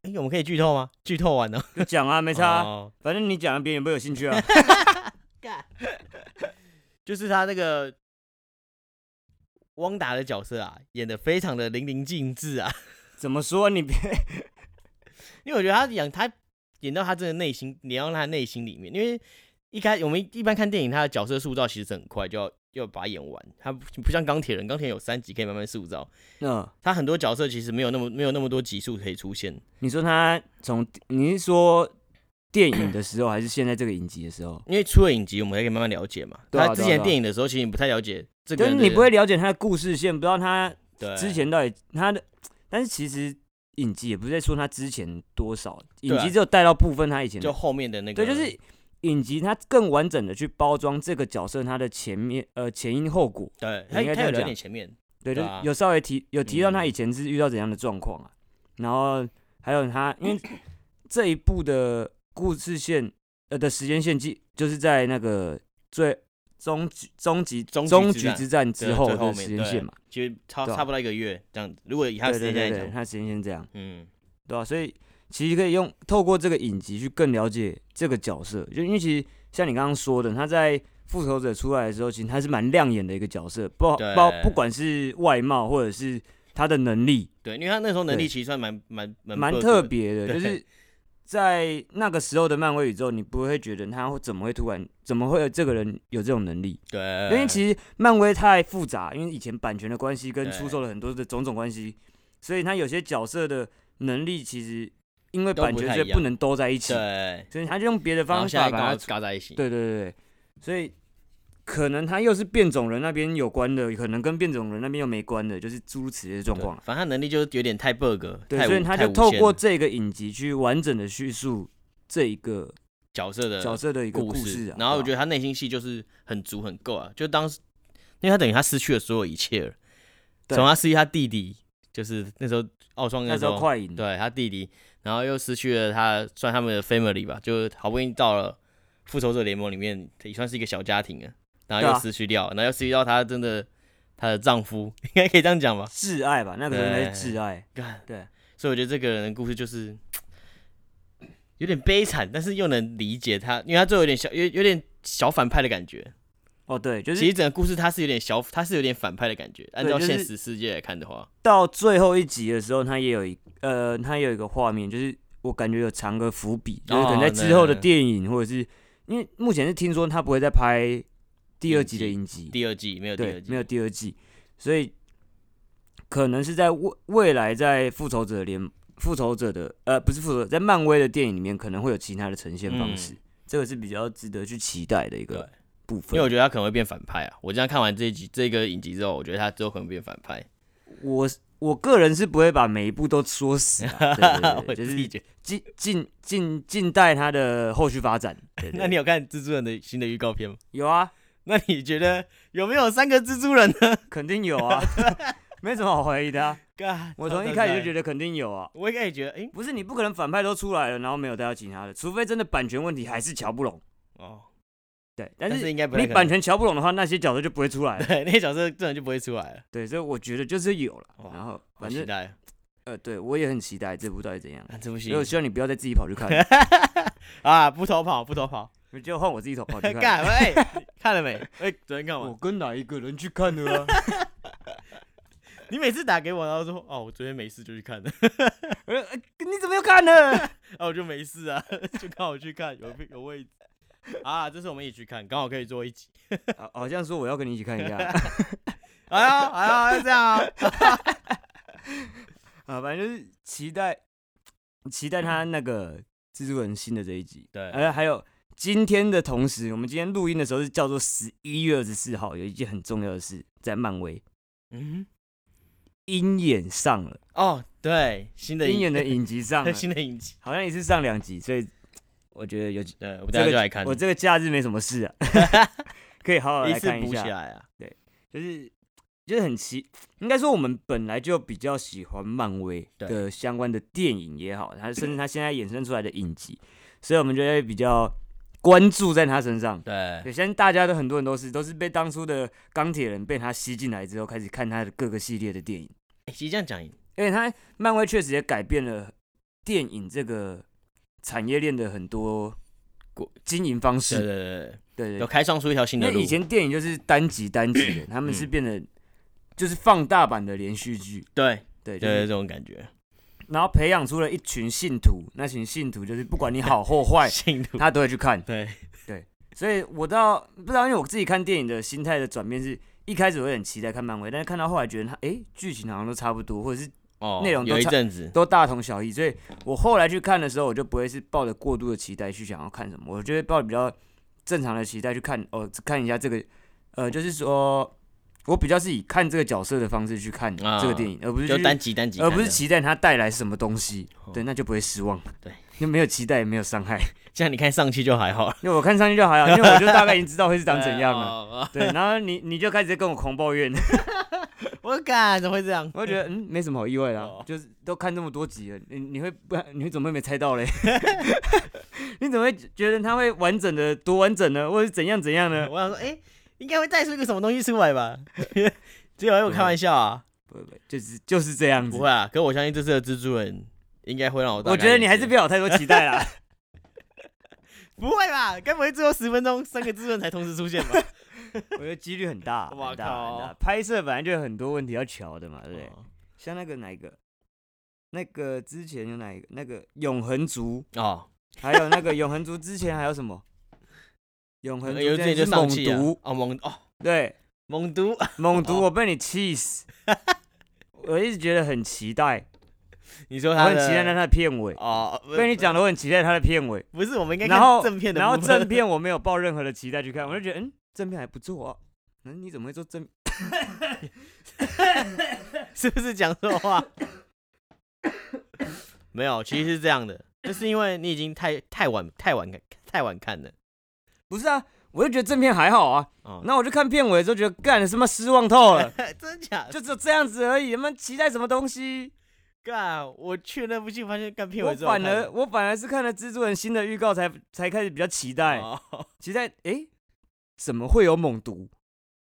[SPEAKER 2] 哎，我们可以剧透吗？剧透完了，
[SPEAKER 1] 就讲啊，没差啊，
[SPEAKER 2] 哦
[SPEAKER 1] 反正你讲了，别人也不会有兴趣啊。
[SPEAKER 2] 就是他那个汪达的角色啊，演的非常的淋漓尽致啊，
[SPEAKER 1] 怎么说？你别
[SPEAKER 2] 因为我觉得他演他演到他真的内心，演到他的内心里面，因为一开我们一般看电影，他的角色塑造其实很快，就要要把它演完。他不不像钢铁人，钢铁人有三集可以慢慢塑造，
[SPEAKER 1] 嗯，
[SPEAKER 2] 他很多角色其实没有那么没有那么多集数可以出现。
[SPEAKER 1] 你说他从你是说电影的时候，还是现在这个影集的时候？
[SPEAKER 2] 因为出了影集，我们才可以慢慢了解嘛。
[SPEAKER 1] 对啊
[SPEAKER 2] 他之
[SPEAKER 1] 对啊
[SPEAKER 2] 前
[SPEAKER 1] 对啊
[SPEAKER 2] 电影的时候，其实你不太了解这个
[SPEAKER 1] 但
[SPEAKER 2] 人
[SPEAKER 1] 是
[SPEAKER 2] 的。
[SPEAKER 1] 你不会了解他的故事线，不知道他
[SPEAKER 2] 对
[SPEAKER 1] 之前到底他的，但是其实影集也不是在说他之前多少，
[SPEAKER 2] 对
[SPEAKER 1] 影
[SPEAKER 2] 啊
[SPEAKER 1] 集只有带到部分他以前的
[SPEAKER 2] 就后面的那个，
[SPEAKER 1] 对，就是影集它更完整的去包装这个角色他的前面呃前因后果，
[SPEAKER 2] 对，
[SPEAKER 1] 应该这
[SPEAKER 2] 他他有
[SPEAKER 1] 样
[SPEAKER 2] 聊
[SPEAKER 1] 讲
[SPEAKER 2] 点前面，
[SPEAKER 1] 对，就
[SPEAKER 2] 对
[SPEAKER 1] 是
[SPEAKER 2] 啊
[SPEAKER 1] 有稍微提有提到他
[SPEAKER 2] 嗯
[SPEAKER 1] 以前是遇到怎样的状况啊，然后还有他因为这一部的故事线呃的时间线记就是在那个最终局终极
[SPEAKER 2] 终局之
[SPEAKER 1] 局
[SPEAKER 2] 战
[SPEAKER 1] 之战之
[SPEAKER 2] 对
[SPEAKER 1] 后
[SPEAKER 2] 最
[SPEAKER 1] 的
[SPEAKER 2] 后
[SPEAKER 1] 时
[SPEAKER 2] 面
[SPEAKER 1] 间线
[SPEAKER 2] 对
[SPEAKER 1] 嘛，
[SPEAKER 2] 其实差
[SPEAKER 1] 对啊
[SPEAKER 2] 差不到一个月这样子。如果以他
[SPEAKER 1] 对
[SPEAKER 2] 时
[SPEAKER 1] 对
[SPEAKER 2] 间
[SPEAKER 1] 对
[SPEAKER 2] 来
[SPEAKER 1] 对，
[SPEAKER 2] 讲，
[SPEAKER 1] 他时间线这样，
[SPEAKER 2] 嗯，
[SPEAKER 1] 对吧、所以其实可以用透过这个影集去更了解这个角色，就因为其实像你刚刚说的，他在复仇者出来的时候，其实他是蛮亮眼的一个角色，不
[SPEAKER 2] 对
[SPEAKER 1] 包不管是外貌或者是他的能力，
[SPEAKER 2] 对，因为他那时候能力
[SPEAKER 1] 对
[SPEAKER 2] 其实算蛮蛮蛮
[SPEAKER 1] 蛮
[SPEAKER 2] bug
[SPEAKER 1] 特
[SPEAKER 2] 的，
[SPEAKER 1] 别的，就
[SPEAKER 2] 对
[SPEAKER 1] 是。在那个时候的漫威宇宙，你不会觉得他会怎么会突然怎么会有这个人有这种能力？
[SPEAKER 2] 对，
[SPEAKER 1] 因为其实漫威太复杂，因为以前版权的关系跟
[SPEAKER 2] 对
[SPEAKER 1] 出售了很多的种种关系，所以他有些角色的能力其实因为
[SPEAKER 2] 都不
[SPEAKER 1] 版权
[SPEAKER 2] 太
[SPEAKER 1] 所
[SPEAKER 2] 一
[SPEAKER 1] 以
[SPEAKER 2] 样
[SPEAKER 1] 不能都在一起，
[SPEAKER 2] 对，
[SPEAKER 1] 所以他就用别的
[SPEAKER 2] 然后
[SPEAKER 1] 方
[SPEAKER 2] 现在
[SPEAKER 1] 法
[SPEAKER 2] 刚
[SPEAKER 1] 把
[SPEAKER 2] 好
[SPEAKER 1] 它，
[SPEAKER 2] 搞在一起，
[SPEAKER 1] 对对对，对所以可能他又是变种人那边有关的，可能跟变种人那边又没关的，就是诸如此类的状
[SPEAKER 2] 对
[SPEAKER 1] 况啊。
[SPEAKER 2] 反正他能力就是有点太 bug，
[SPEAKER 1] 对，
[SPEAKER 2] 太
[SPEAKER 1] 所以
[SPEAKER 2] 无
[SPEAKER 1] 他
[SPEAKER 2] 太
[SPEAKER 1] 就
[SPEAKER 2] 无
[SPEAKER 1] 透
[SPEAKER 2] 限
[SPEAKER 1] 过
[SPEAKER 2] 了
[SPEAKER 1] 这个影集去完整的叙述这一个
[SPEAKER 2] 角色的
[SPEAKER 1] 角色的一个
[SPEAKER 2] 故
[SPEAKER 1] 故事啊。
[SPEAKER 2] 然后我
[SPEAKER 1] 得，
[SPEAKER 2] 觉得他内心戏就是很足很够啊，就当时，因为他等于他失去了所有一切了，
[SPEAKER 1] 对
[SPEAKER 2] 从他失去他弟弟，就是那时候奥创
[SPEAKER 1] 那时候快赢，
[SPEAKER 2] 对他弟弟，然后又失去了他算他们的 family 吧，就好不容易到了复仇者联盟里面，也算是一个小家庭了，然后
[SPEAKER 1] 对
[SPEAKER 2] 又
[SPEAKER 1] 啊
[SPEAKER 2] 失去掉，然后又失去到他真的她的丈夫， 应该可以这样讲吧？
[SPEAKER 1] 挚爱吧，那个人才是
[SPEAKER 2] 对
[SPEAKER 1] 挚爱。
[SPEAKER 2] 干
[SPEAKER 1] 对，
[SPEAKER 2] 所以我觉得这个人的故事就是有点悲惨，但是又能理解他，因为他最后有点小有有点小反派的感觉。
[SPEAKER 1] 哦，对，就
[SPEAKER 2] 其
[SPEAKER 1] 是
[SPEAKER 2] 实整个故事他是有点小，他是有点反派的感觉。按照
[SPEAKER 1] 就是
[SPEAKER 2] 现实世界来看的话，
[SPEAKER 1] 到最后一集的时候，他也有一呃，他也有一个画面，就是我感觉有藏个伏笔，就是可能在
[SPEAKER 2] 哦
[SPEAKER 1] 之后的
[SPEAKER 2] 对
[SPEAKER 1] 电影或者是因为目前是听说他不会再拍第二集的
[SPEAKER 2] 影
[SPEAKER 1] 影集，
[SPEAKER 2] 第二季没有第二
[SPEAKER 1] 对，
[SPEAKER 2] 季，
[SPEAKER 1] 没有第二季，所以可能是在未未来在复仇者联复仇者的呃不是复仇者，在漫威的电影里面可能会有其他的呈现方
[SPEAKER 2] 嗯
[SPEAKER 1] 式，这个是比较值得去期待的一
[SPEAKER 2] 对
[SPEAKER 1] 个部
[SPEAKER 2] 因为
[SPEAKER 1] 分
[SPEAKER 2] 我。觉得他可能会变反派啊。我这样看完这一集这个影集之后，我觉得他之后可能变反派。
[SPEAKER 1] 我我个人是不会把每一部都说死 啊，对对
[SPEAKER 2] 我
[SPEAKER 1] 对，就
[SPEAKER 2] 自
[SPEAKER 1] 是
[SPEAKER 2] 己觉得。
[SPEAKER 1] 静静静静待它的后续发展。对对
[SPEAKER 2] 那你有看蜘蛛人的新的预告片吗？
[SPEAKER 1] 有啊，
[SPEAKER 2] 那你觉得有没有三个蜘蛛人呢？
[SPEAKER 1] 肯定有 啊，没什么好怀疑的、啊。
[SPEAKER 2] 干
[SPEAKER 1] 我从一开始就觉
[SPEAKER 2] 得，
[SPEAKER 1] 得肯定有啊，
[SPEAKER 2] 我一开始觉得，哎、
[SPEAKER 1] 不是你不可能反派都出来了，然后没有带到其他的，除非真的版权问题还是瞧不拢。
[SPEAKER 2] 哦，
[SPEAKER 1] 对，但
[SPEAKER 2] 但
[SPEAKER 1] 是
[SPEAKER 2] 是应该不太
[SPEAKER 1] 你
[SPEAKER 2] 可
[SPEAKER 1] 版
[SPEAKER 2] 能
[SPEAKER 1] 权瞧不拢的话，那些角色就不会出来了。
[SPEAKER 2] 对那些角色真的就不会出来了。
[SPEAKER 1] 对，所以我觉得就是有了。
[SPEAKER 2] 哇
[SPEAKER 1] 然后
[SPEAKER 2] 好
[SPEAKER 1] 反
[SPEAKER 2] 期
[SPEAKER 1] 正
[SPEAKER 2] 待啊，
[SPEAKER 1] 呃，对我也很期待这部到底怎 样。
[SPEAKER 2] 啊真不
[SPEAKER 1] 所以我
[SPEAKER 2] 行
[SPEAKER 1] 希望你不要再自己跑去 看，
[SPEAKER 2] 啊！不投跑，不投跑，
[SPEAKER 1] 就换我自己跑跑去看。
[SPEAKER 2] 干喂，你看了没？哎，昨天看完
[SPEAKER 1] 我。跟哪一个人去看的啊？
[SPEAKER 2] 你每次打给我，然后说哦，我昨天没事就去看的，
[SPEAKER 1] 我 说呃你怎么又看了？
[SPEAKER 2] 啊，我就没事啊， 就刚好去看，有有位置啊，这次我们一起去看，刚好可以坐一起。
[SPEAKER 1] 好好像说我要跟你一起看一下。
[SPEAKER 2] 哎呀哎呀，要这样啊，
[SPEAKER 1] 啊，反正就是期待期待他那个蜘蛛人新的这一集。
[SPEAKER 2] 对
[SPEAKER 1] 呃，还有今天的同时，我们今天录音的时候是叫做十一月二十四号，有一件很重要的事在漫威。
[SPEAKER 2] 嗯，
[SPEAKER 1] 鹰眼上了，
[SPEAKER 2] 哦，对，新的
[SPEAKER 1] 鹰眼的啊影集上了，
[SPEAKER 2] 新的影集，
[SPEAKER 1] 好像一次上两集，所以我觉得有
[SPEAKER 2] 对，我们大家就来看，
[SPEAKER 1] 我这个假日没什么 事啊，可以好好
[SPEAKER 2] 一
[SPEAKER 1] 来
[SPEAKER 2] 次
[SPEAKER 1] 看一
[SPEAKER 2] 补起
[SPEAKER 1] 下，
[SPEAKER 2] 来啊，
[SPEAKER 1] 就是就是很奇，应该说我们本来就比较喜欢漫威
[SPEAKER 2] 对
[SPEAKER 1] 的相关的电影也好，它 甚至它现在衍生出来的影集，所以我们就会比较关注在他身上。
[SPEAKER 2] 对
[SPEAKER 1] 对，相信大家都很多人都是都是被当初的钢铁人被他吸进来之后，开始看他的各个系列的电影。
[SPEAKER 2] 哎其实这样讲，
[SPEAKER 1] 因为它漫威确实也改变了电影这个产业链的很多
[SPEAKER 2] 过
[SPEAKER 1] 经营方
[SPEAKER 2] 对对
[SPEAKER 1] 式。
[SPEAKER 2] 对
[SPEAKER 1] 对
[SPEAKER 2] 对，
[SPEAKER 1] 对
[SPEAKER 2] 有
[SPEAKER 1] 对，
[SPEAKER 2] 开创出一条新
[SPEAKER 1] 那
[SPEAKER 2] 的路
[SPEAKER 1] 以，前电影就是单集单集 的，他们是
[SPEAKER 2] 嗯
[SPEAKER 1] 变得就是放大版的连续剧，
[SPEAKER 2] 对
[SPEAKER 1] 对，
[SPEAKER 2] 对
[SPEAKER 1] 就
[SPEAKER 2] 对，这
[SPEAKER 1] 是
[SPEAKER 2] 种感觉，
[SPEAKER 1] 然后培养出了一 群信徒，那群信徒就是不管你好或坏，
[SPEAKER 2] 信徒，
[SPEAKER 1] 他都会去看。
[SPEAKER 2] 对
[SPEAKER 1] 所以我到不知道，因为我自己看电影的心态的转变是，一开始我会很期待看漫威，但是看到后来觉得它诶剧情好像都差不多，或者是
[SPEAKER 2] 哦，
[SPEAKER 1] 内容都
[SPEAKER 2] 有一
[SPEAKER 1] 差
[SPEAKER 2] 阵子，
[SPEAKER 1] 都大同小异，所以我后来去看的时候，我就不会是抱着过度的期待去想要看什么，我就会抱着比较正常的期待去看哦，只看一下这个，呃，就是说我比较是以看这个角色的方式去看
[SPEAKER 2] 啊
[SPEAKER 1] 这个电影，而不是
[SPEAKER 2] 就
[SPEAKER 1] 去
[SPEAKER 2] 单集单集看
[SPEAKER 1] 而
[SPEAKER 2] 的，
[SPEAKER 1] 不是期待它带来什么东西，
[SPEAKER 2] 哦
[SPEAKER 1] 对，那就不会失望，
[SPEAKER 2] 对，
[SPEAKER 1] 就没有期待也没有伤害，
[SPEAKER 2] 这样你看上期就还好，
[SPEAKER 1] 因为我看上去就还好，因为我就大概已经知道会是长怎样 啊了，
[SPEAKER 2] 哦？哦
[SPEAKER 1] 对，然后你你就开始跟我狂抱怨，
[SPEAKER 2] 我敢怎么会这样？
[SPEAKER 1] 我就觉得嗯没什么好意外的啊、
[SPEAKER 2] 哦
[SPEAKER 1] 就是都看这么多集了，你你会不 然你会怎么会没猜到嘞？ 你怎么会觉得他会完整的多完整呢，或者是怎样怎样呢？
[SPEAKER 2] 我想说，哎、应该会带出一个什么东西出来吧？ 结果我开玩笑啊，
[SPEAKER 1] 不不，就是就是这样子
[SPEAKER 2] 不。会啊。可我相信这次的蜘蛛人应该会让我大
[SPEAKER 1] 我
[SPEAKER 2] 开
[SPEAKER 1] 觉得
[SPEAKER 2] 眼
[SPEAKER 1] 你还
[SPEAKER 2] 界
[SPEAKER 1] 是不要有太多期待啦。
[SPEAKER 2] 不会吧？该不会最后十分钟三个蜘蛛人才同时出现吧？
[SPEAKER 1] 我觉得几率很 大，
[SPEAKER 2] 哇
[SPEAKER 1] 很大，很
[SPEAKER 2] 靠
[SPEAKER 1] 大。拍摄本来就有很多问题要瞧的嘛，对不对？
[SPEAKER 2] 哦
[SPEAKER 1] 像那个哪一个，那个之前有哪一个？那个永恒族，
[SPEAKER 2] 哦，
[SPEAKER 1] 还有那个永恒族之前还有什么？永恒族
[SPEAKER 2] 有
[SPEAKER 1] 之
[SPEAKER 2] 一
[SPEAKER 1] 前
[SPEAKER 2] 阵哎就是上
[SPEAKER 1] 猛
[SPEAKER 2] 气啊
[SPEAKER 1] 毒，，
[SPEAKER 2] 哦猛哦
[SPEAKER 1] 对，
[SPEAKER 2] 猛毒，
[SPEAKER 1] 猛毒，
[SPEAKER 2] 哦
[SPEAKER 1] 我被你气 死。我一直觉得很期待，
[SPEAKER 2] 你说
[SPEAKER 1] 我
[SPEAKER 2] 他
[SPEAKER 1] 很
[SPEAKER 2] 的
[SPEAKER 1] 期待它的片尾。
[SPEAKER 2] 哦，不
[SPEAKER 1] 被你讲的，我很期待它的片尾，
[SPEAKER 2] 不是我们应该
[SPEAKER 1] 然后
[SPEAKER 2] 看正片的部
[SPEAKER 1] 然后
[SPEAKER 2] 分，
[SPEAKER 1] 正片我没有抱任何的期待去看，我就觉得嗯，正片还不错啊。嗯，你怎么会做正？
[SPEAKER 2] 是不是讲错话？ 没有，其实是这样的，就是因为你已经太太晚太晚看太晚看了。
[SPEAKER 1] 不是啊，我就觉得正片还好啊。
[SPEAKER 2] 哦，哎
[SPEAKER 1] 那我就看片尾的时候觉得，干，什么失望透 了，
[SPEAKER 2] 真假的？
[SPEAKER 1] 就只有这样子而已。他妈期待什么东西？
[SPEAKER 2] 干，我去那部剧发现干片
[SPEAKER 1] 我
[SPEAKER 2] 尾之后
[SPEAKER 1] 反
[SPEAKER 2] 看
[SPEAKER 1] 而我反而是看了蜘蛛人新的预告才才开始比较期待，
[SPEAKER 2] 哦
[SPEAKER 1] 期待诶，怎么会有猛毒？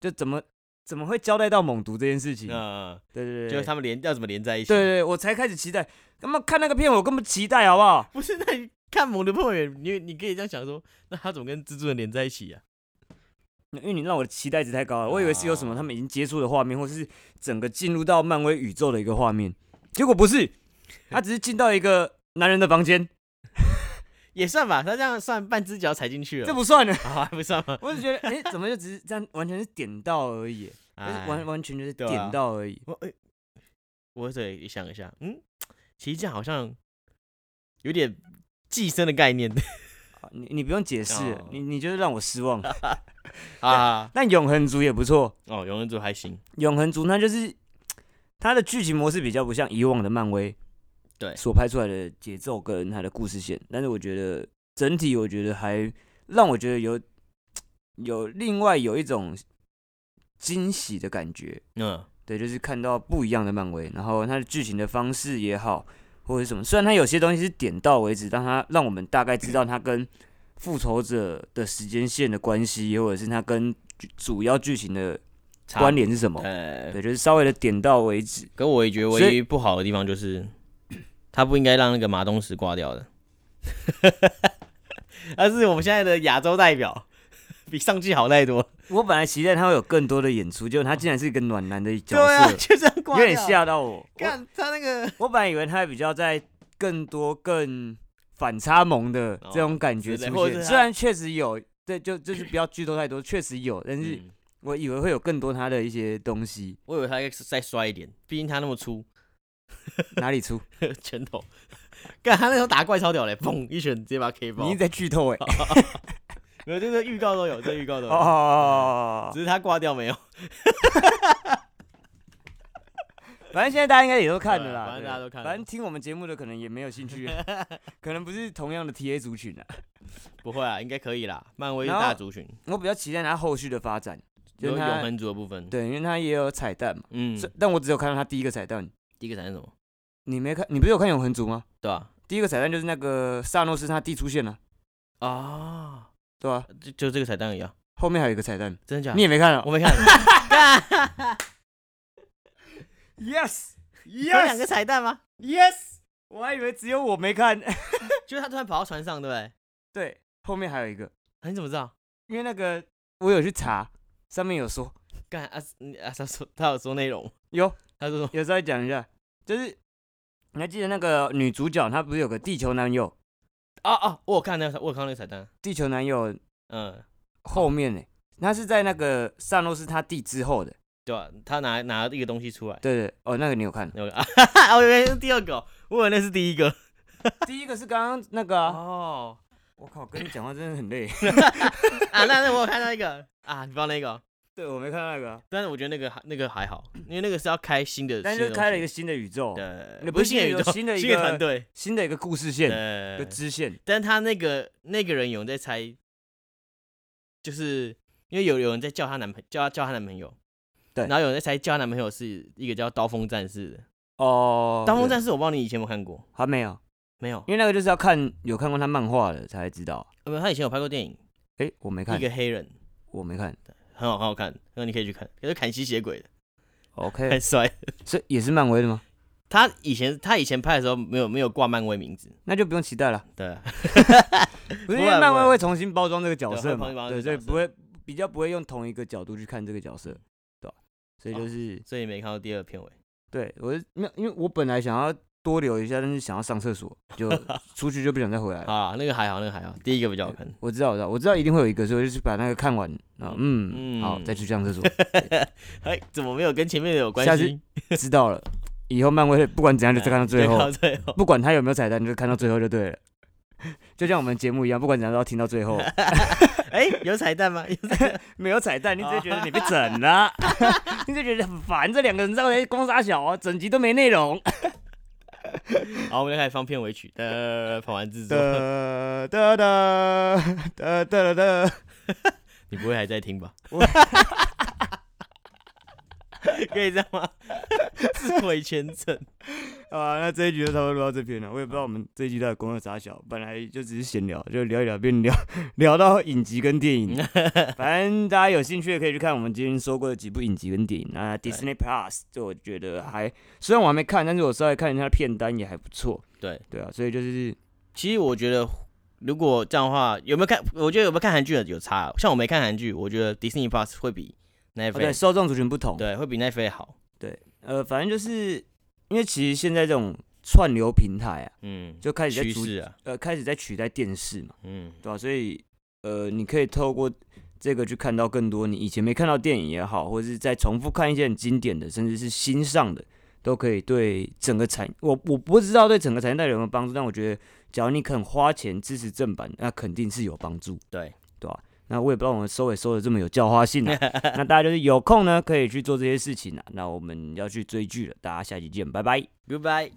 [SPEAKER 1] 就怎么怎么会交代到猛毒这件事情？
[SPEAKER 2] 嗯，
[SPEAKER 1] 对对对，
[SPEAKER 2] 就是他们连要怎么连在一起？
[SPEAKER 1] 对对，对，我才开始期待。他妈看那个片尾我根本不期待好不好？
[SPEAKER 2] 不是，那你看《猛的破员》，你你可以这样想说，那他怎么跟蜘蛛人连在一起啊？
[SPEAKER 1] 因为你让我的期待值太高了，我以为是有什么
[SPEAKER 2] 啊
[SPEAKER 1] 他们已经接触的画面，或是整个进入到漫威宇宙的一个画面，结果不 是，他只是进到一个男人的房间，
[SPEAKER 2] 也算吧，他这样算半只脚踩进去了，
[SPEAKER 1] 这不算呢。
[SPEAKER 2] 好、还不算吗？
[SPEAKER 1] 我只觉得，哎、 怎么就只是这样，完全是点到而已，就是
[SPEAKER 2] 哎
[SPEAKER 1] 完完全就是
[SPEAKER 2] 对啊
[SPEAKER 1] 点到而已。
[SPEAKER 2] 我哎、我得想一下，嗯，其实这样好像有点寄生的概念
[SPEAKER 1] 啊你你不用解释
[SPEAKER 2] 哦，
[SPEAKER 1] 你你就是让我失望。
[SPEAKER 2] 啊。
[SPEAKER 1] 但永恒族也不错，
[SPEAKER 2] 哦，永恒族还行，
[SPEAKER 1] 永恒族它就是它的剧情模式比较不像以往的漫威，
[SPEAKER 2] 对
[SPEAKER 1] 所拍出来的节奏跟它的故事线，但是我觉得整体我觉得还让我觉得有有另外有一种惊喜的感觉，
[SPEAKER 2] 嗯，
[SPEAKER 1] 对，就是看到不一样的漫威，然后它的剧情的方式也好，或者是什么，虽然它有些东西是点到为止，让它让我们大概知道它跟复仇者的时间线的关系，或者是它跟剧主要剧情的
[SPEAKER 2] 差
[SPEAKER 1] 关。联是什么，
[SPEAKER 2] 呃，
[SPEAKER 1] 对，就是稍微的点到为止。
[SPEAKER 2] 可我也觉得
[SPEAKER 1] 所
[SPEAKER 2] 唯
[SPEAKER 1] 以
[SPEAKER 2] 一不好的地方就是， 他不应该让那个马东石挂掉的。 他是我们现在的亚洲代表， 比上季好 太多。
[SPEAKER 1] 我本来期待他会有更多的演出，结果他竟然是一个暖男的角
[SPEAKER 2] 对啊，
[SPEAKER 1] 色，
[SPEAKER 2] 就这样挂
[SPEAKER 1] 有
[SPEAKER 2] 掉。
[SPEAKER 1] 点吓到我。我
[SPEAKER 2] 看他那个
[SPEAKER 1] 我本来以为他会比较在更多更反差萌的这种感觉
[SPEAKER 2] 哦之类
[SPEAKER 1] 出
[SPEAKER 2] 或者
[SPEAKER 1] 现，
[SPEAKER 2] 是他
[SPEAKER 1] 虽然确实有，对，就就是不要剧透太多，确实有，但是
[SPEAKER 2] 嗯
[SPEAKER 1] 我以为会有更多他的一些东西，
[SPEAKER 2] 我以为他应该再摔一点，毕竟他那么粗，
[SPEAKER 1] 哪里出？
[SPEAKER 2] 拳头。 干他那时候打怪超屌嘞，嘣一拳直接把他 K 爆。
[SPEAKER 1] 你一直在剧透哎、欸！
[SPEAKER 2] 没有，这个预告都有，这个预 告都有，
[SPEAKER 1] 哦
[SPEAKER 2] 只，是他挂掉没有。
[SPEAKER 1] 反正现在大家应该也都看了
[SPEAKER 2] 对
[SPEAKER 1] 啦，
[SPEAKER 2] 啊反正
[SPEAKER 1] 对
[SPEAKER 2] 大家都看了
[SPEAKER 1] 反正听我们节目的可能也没有兴趣，可能不是同样的 TA 族群啊。
[SPEAKER 2] 不会啊，应该可以啦。漫威是
[SPEAKER 1] 然后
[SPEAKER 2] 大族群，
[SPEAKER 1] 我比较期待他后续的发展，就
[SPEAKER 2] 有
[SPEAKER 1] 是
[SPEAKER 2] 永
[SPEAKER 1] 他
[SPEAKER 2] 恒族的部分。，
[SPEAKER 1] 对，因为他也有彩蛋嘛。
[SPEAKER 2] 嗯，
[SPEAKER 1] 所以但我只有看到他第一个彩蛋，
[SPEAKER 2] 第一个产生什么？
[SPEAKER 1] 你没看？你不是有看永恒族吗？
[SPEAKER 2] 对啊吧？
[SPEAKER 1] 第一个彩蛋就是那个萨诺斯他弟出现了，
[SPEAKER 2] 啊，
[SPEAKER 1] 对吧、
[SPEAKER 2] 就就这个彩蛋而已啊，
[SPEAKER 1] 后面还有一个彩蛋，
[SPEAKER 2] 真的假的？
[SPEAKER 1] 你也没看啊
[SPEAKER 2] 我没看。
[SPEAKER 1] ？Yes
[SPEAKER 2] 有两个彩蛋吗？
[SPEAKER 1] Yes，我还以为只有我没看。
[SPEAKER 2] 就是他突然跑到船上，对不对？
[SPEAKER 1] 对，后面还有一个，
[SPEAKER 2] 啊你怎么知道？
[SPEAKER 1] 因为那个我有去查，上面有说
[SPEAKER 2] 干啊你啊！他说他有说内容，
[SPEAKER 1] 有，
[SPEAKER 2] 他说什么？
[SPEAKER 1] 有时候讲一下，就是你还记得那个女主角她不是有个地球男友？
[SPEAKER 2] 哦哦，我有看那个，我有看那个彩蛋。
[SPEAKER 1] 地球男友
[SPEAKER 2] 嗯，
[SPEAKER 1] 后面呢、他是在那个萨诺斯他弟之后的。
[SPEAKER 2] 对吧、他拿拿一个东西出来，？
[SPEAKER 1] 对对，哦，那个你有看
[SPEAKER 2] 那个啊，哈哈我以为是第二个哦，我以为那是第一个。
[SPEAKER 1] 第一个是刚刚那个、啊，
[SPEAKER 2] 哦，
[SPEAKER 1] 我靠，跟你讲话真的很累。
[SPEAKER 2] 啊，那那我有看到一个啊，你不知道那个哦，
[SPEAKER 1] 对，我没看到那个啊，
[SPEAKER 2] 但是我觉得那个还那个还好，因为那个是要开新的，
[SPEAKER 1] 但
[SPEAKER 2] 新
[SPEAKER 1] 是
[SPEAKER 2] 的
[SPEAKER 1] 就开了一
[SPEAKER 2] 东
[SPEAKER 1] 个
[SPEAKER 2] 西
[SPEAKER 1] 新的宇宙，
[SPEAKER 2] 对，
[SPEAKER 1] 那不
[SPEAKER 2] 不是
[SPEAKER 1] 是
[SPEAKER 2] 新的宇
[SPEAKER 1] 有
[SPEAKER 2] 宙，
[SPEAKER 1] 新的一
[SPEAKER 2] 的
[SPEAKER 1] 个
[SPEAKER 2] 团队，
[SPEAKER 1] 新的一个故事线，一个
[SPEAKER 2] 对，
[SPEAKER 1] 支线。
[SPEAKER 2] 但他那个那个人有人在猜，就是因为有有人在叫她男朋叫她叫她男朋友，
[SPEAKER 1] 对
[SPEAKER 2] 然后有人在猜叫她男朋友是一个叫刀锋战士的，
[SPEAKER 1] 哦，
[SPEAKER 2] 刀锋
[SPEAKER 1] 对
[SPEAKER 2] 战士我不知道你以前有没有看过，
[SPEAKER 1] 还没有，
[SPEAKER 2] 没有，
[SPEAKER 1] 因为那个就是要看有看过他漫画的才知道。
[SPEAKER 2] 呃没有，他以前有拍过电影，
[SPEAKER 1] 哎、我没看
[SPEAKER 2] 一，个黑人，
[SPEAKER 1] 我没看。
[SPEAKER 2] 很好很好看，那你可以去看，可是砍吸血鬼的，太
[SPEAKER 1] OK，
[SPEAKER 2] 帅了。
[SPEAKER 1] 这也是漫威的吗？
[SPEAKER 2] 他以前他以前拍的时候没有没有挂漫威名字，
[SPEAKER 1] 那就不用期待了，
[SPEAKER 2] 对啊，
[SPEAKER 1] 不是
[SPEAKER 2] 不会
[SPEAKER 1] 因为漫
[SPEAKER 2] 不
[SPEAKER 1] 威
[SPEAKER 2] 会
[SPEAKER 1] 会重新包装这个角
[SPEAKER 2] 对
[SPEAKER 1] 色
[SPEAKER 2] 会
[SPEAKER 1] 嘛
[SPEAKER 2] 重新包？装
[SPEAKER 1] 对，所以
[SPEAKER 2] 这个角色
[SPEAKER 1] 不会比较不会用同一个角度去看这个角色，对吧？所以
[SPEAKER 2] 哦
[SPEAKER 1] 就是、
[SPEAKER 2] 所以你没看到第二片尾。
[SPEAKER 1] 对我是没有，因为我本来想要多留一下，但是想要上厕所， 就出去就不想再回来了。
[SPEAKER 2] 啊，那个还好，那个还好，第一个比较好看。
[SPEAKER 1] 我知道，我知道，我知道一定会有一个，所以我就是把那个看完啊，嗯，
[SPEAKER 2] 嗯
[SPEAKER 1] 好，再去上厕所。
[SPEAKER 2] 哎，怎么没有跟前面的有关
[SPEAKER 1] 下次
[SPEAKER 2] 系？
[SPEAKER 1] 知道了，以后漫威不管怎样就再看到最
[SPEAKER 2] 对啊
[SPEAKER 1] 后，
[SPEAKER 2] 到最后，
[SPEAKER 1] 不管他有没有彩蛋，你就看到最后就对了。就像我们节目一样，不管怎样都要听到最后。
[SPEAKER 2] 哎，有彩蛋吗？有彩蛋
[SPEAKER 1] 没有彩蛋，你只会觉得你被整 了，你就觉得很烦。这两个人在那光傻小啊，整集都没内容。
[SPEAKER 2] 好，我们就开始放片尾曲，呃，跑完制作，
[SPEAKER 1] 哒哒哒哒哒哒。
[SPEAKER 2] 你不会还在听 吧
[SPEAKER 1] 我？
[SPEAKER 2] 可以这样吗？ 自毁全程。
[SPEAKER 1] 啊，那这一集就差不多录到这边了。我也不知道我们这一集到底公了傻小，本来就只是闲聊，就聊一聊，变聊 聊到影集跟电 影。反正大家有兴趣的可以去看我们今天说过的几部影集跟电影。那 Disney Plus 就我觉得还，虽然我还没看，但是我稍微看一下片单也还不错。
[SPEAKER 2] 对，
[SPEAKER 1] 对啊，所以就是
[SPEAKER 2] 其实我觉得，如果这样的话，有没有看？我觉得有没有看韩剧的有差、啊像我没看韩剧，我觉得 Disney Plus 会比
[SPEAKER 1] 哦对
[SPEAKER 2] Netflix、
[SPEAKER 1] 受众族群不同。
[SPEAKER 2] 对会比 Netflix 好。
[SPEAKER 1] 呃，反正就是因为其实现在这种串流平台啊，
[SPEAKER 2] 嗯，
[SPEAKER 1] 就开始在
[SPEAKER 2] 趋
[SPEAKER 1] 逐
[SPEAKER 2] 势啊，
[SPEAKER 1] 呃开始在取代电视嘛，
[SPEAKER 2] 嗯，
[SPEAKER 1] 对吧、所以呃，你可以透过这个去看到更多你以前没看到电影也好，或者是再重复看一些很经典的，甚至是新上的，都可以对整个产我我不知道对整个产业到底有没有帮助，但我觉得只要你肯花钱支持正版，那肯定是有帮助。
[SPEAKER 2] 对，
[SPEAKER 1] 那我也不知道我们收尾收的这么有教化 性啊。
[SPEAKER 2] 嗯
[SPEAKER 1] 那大家就是有空呢，可以去做这些事情啊。那我们要去追剧了，大家下期见，拜拜。
[SPEAKER 2] Goodbye。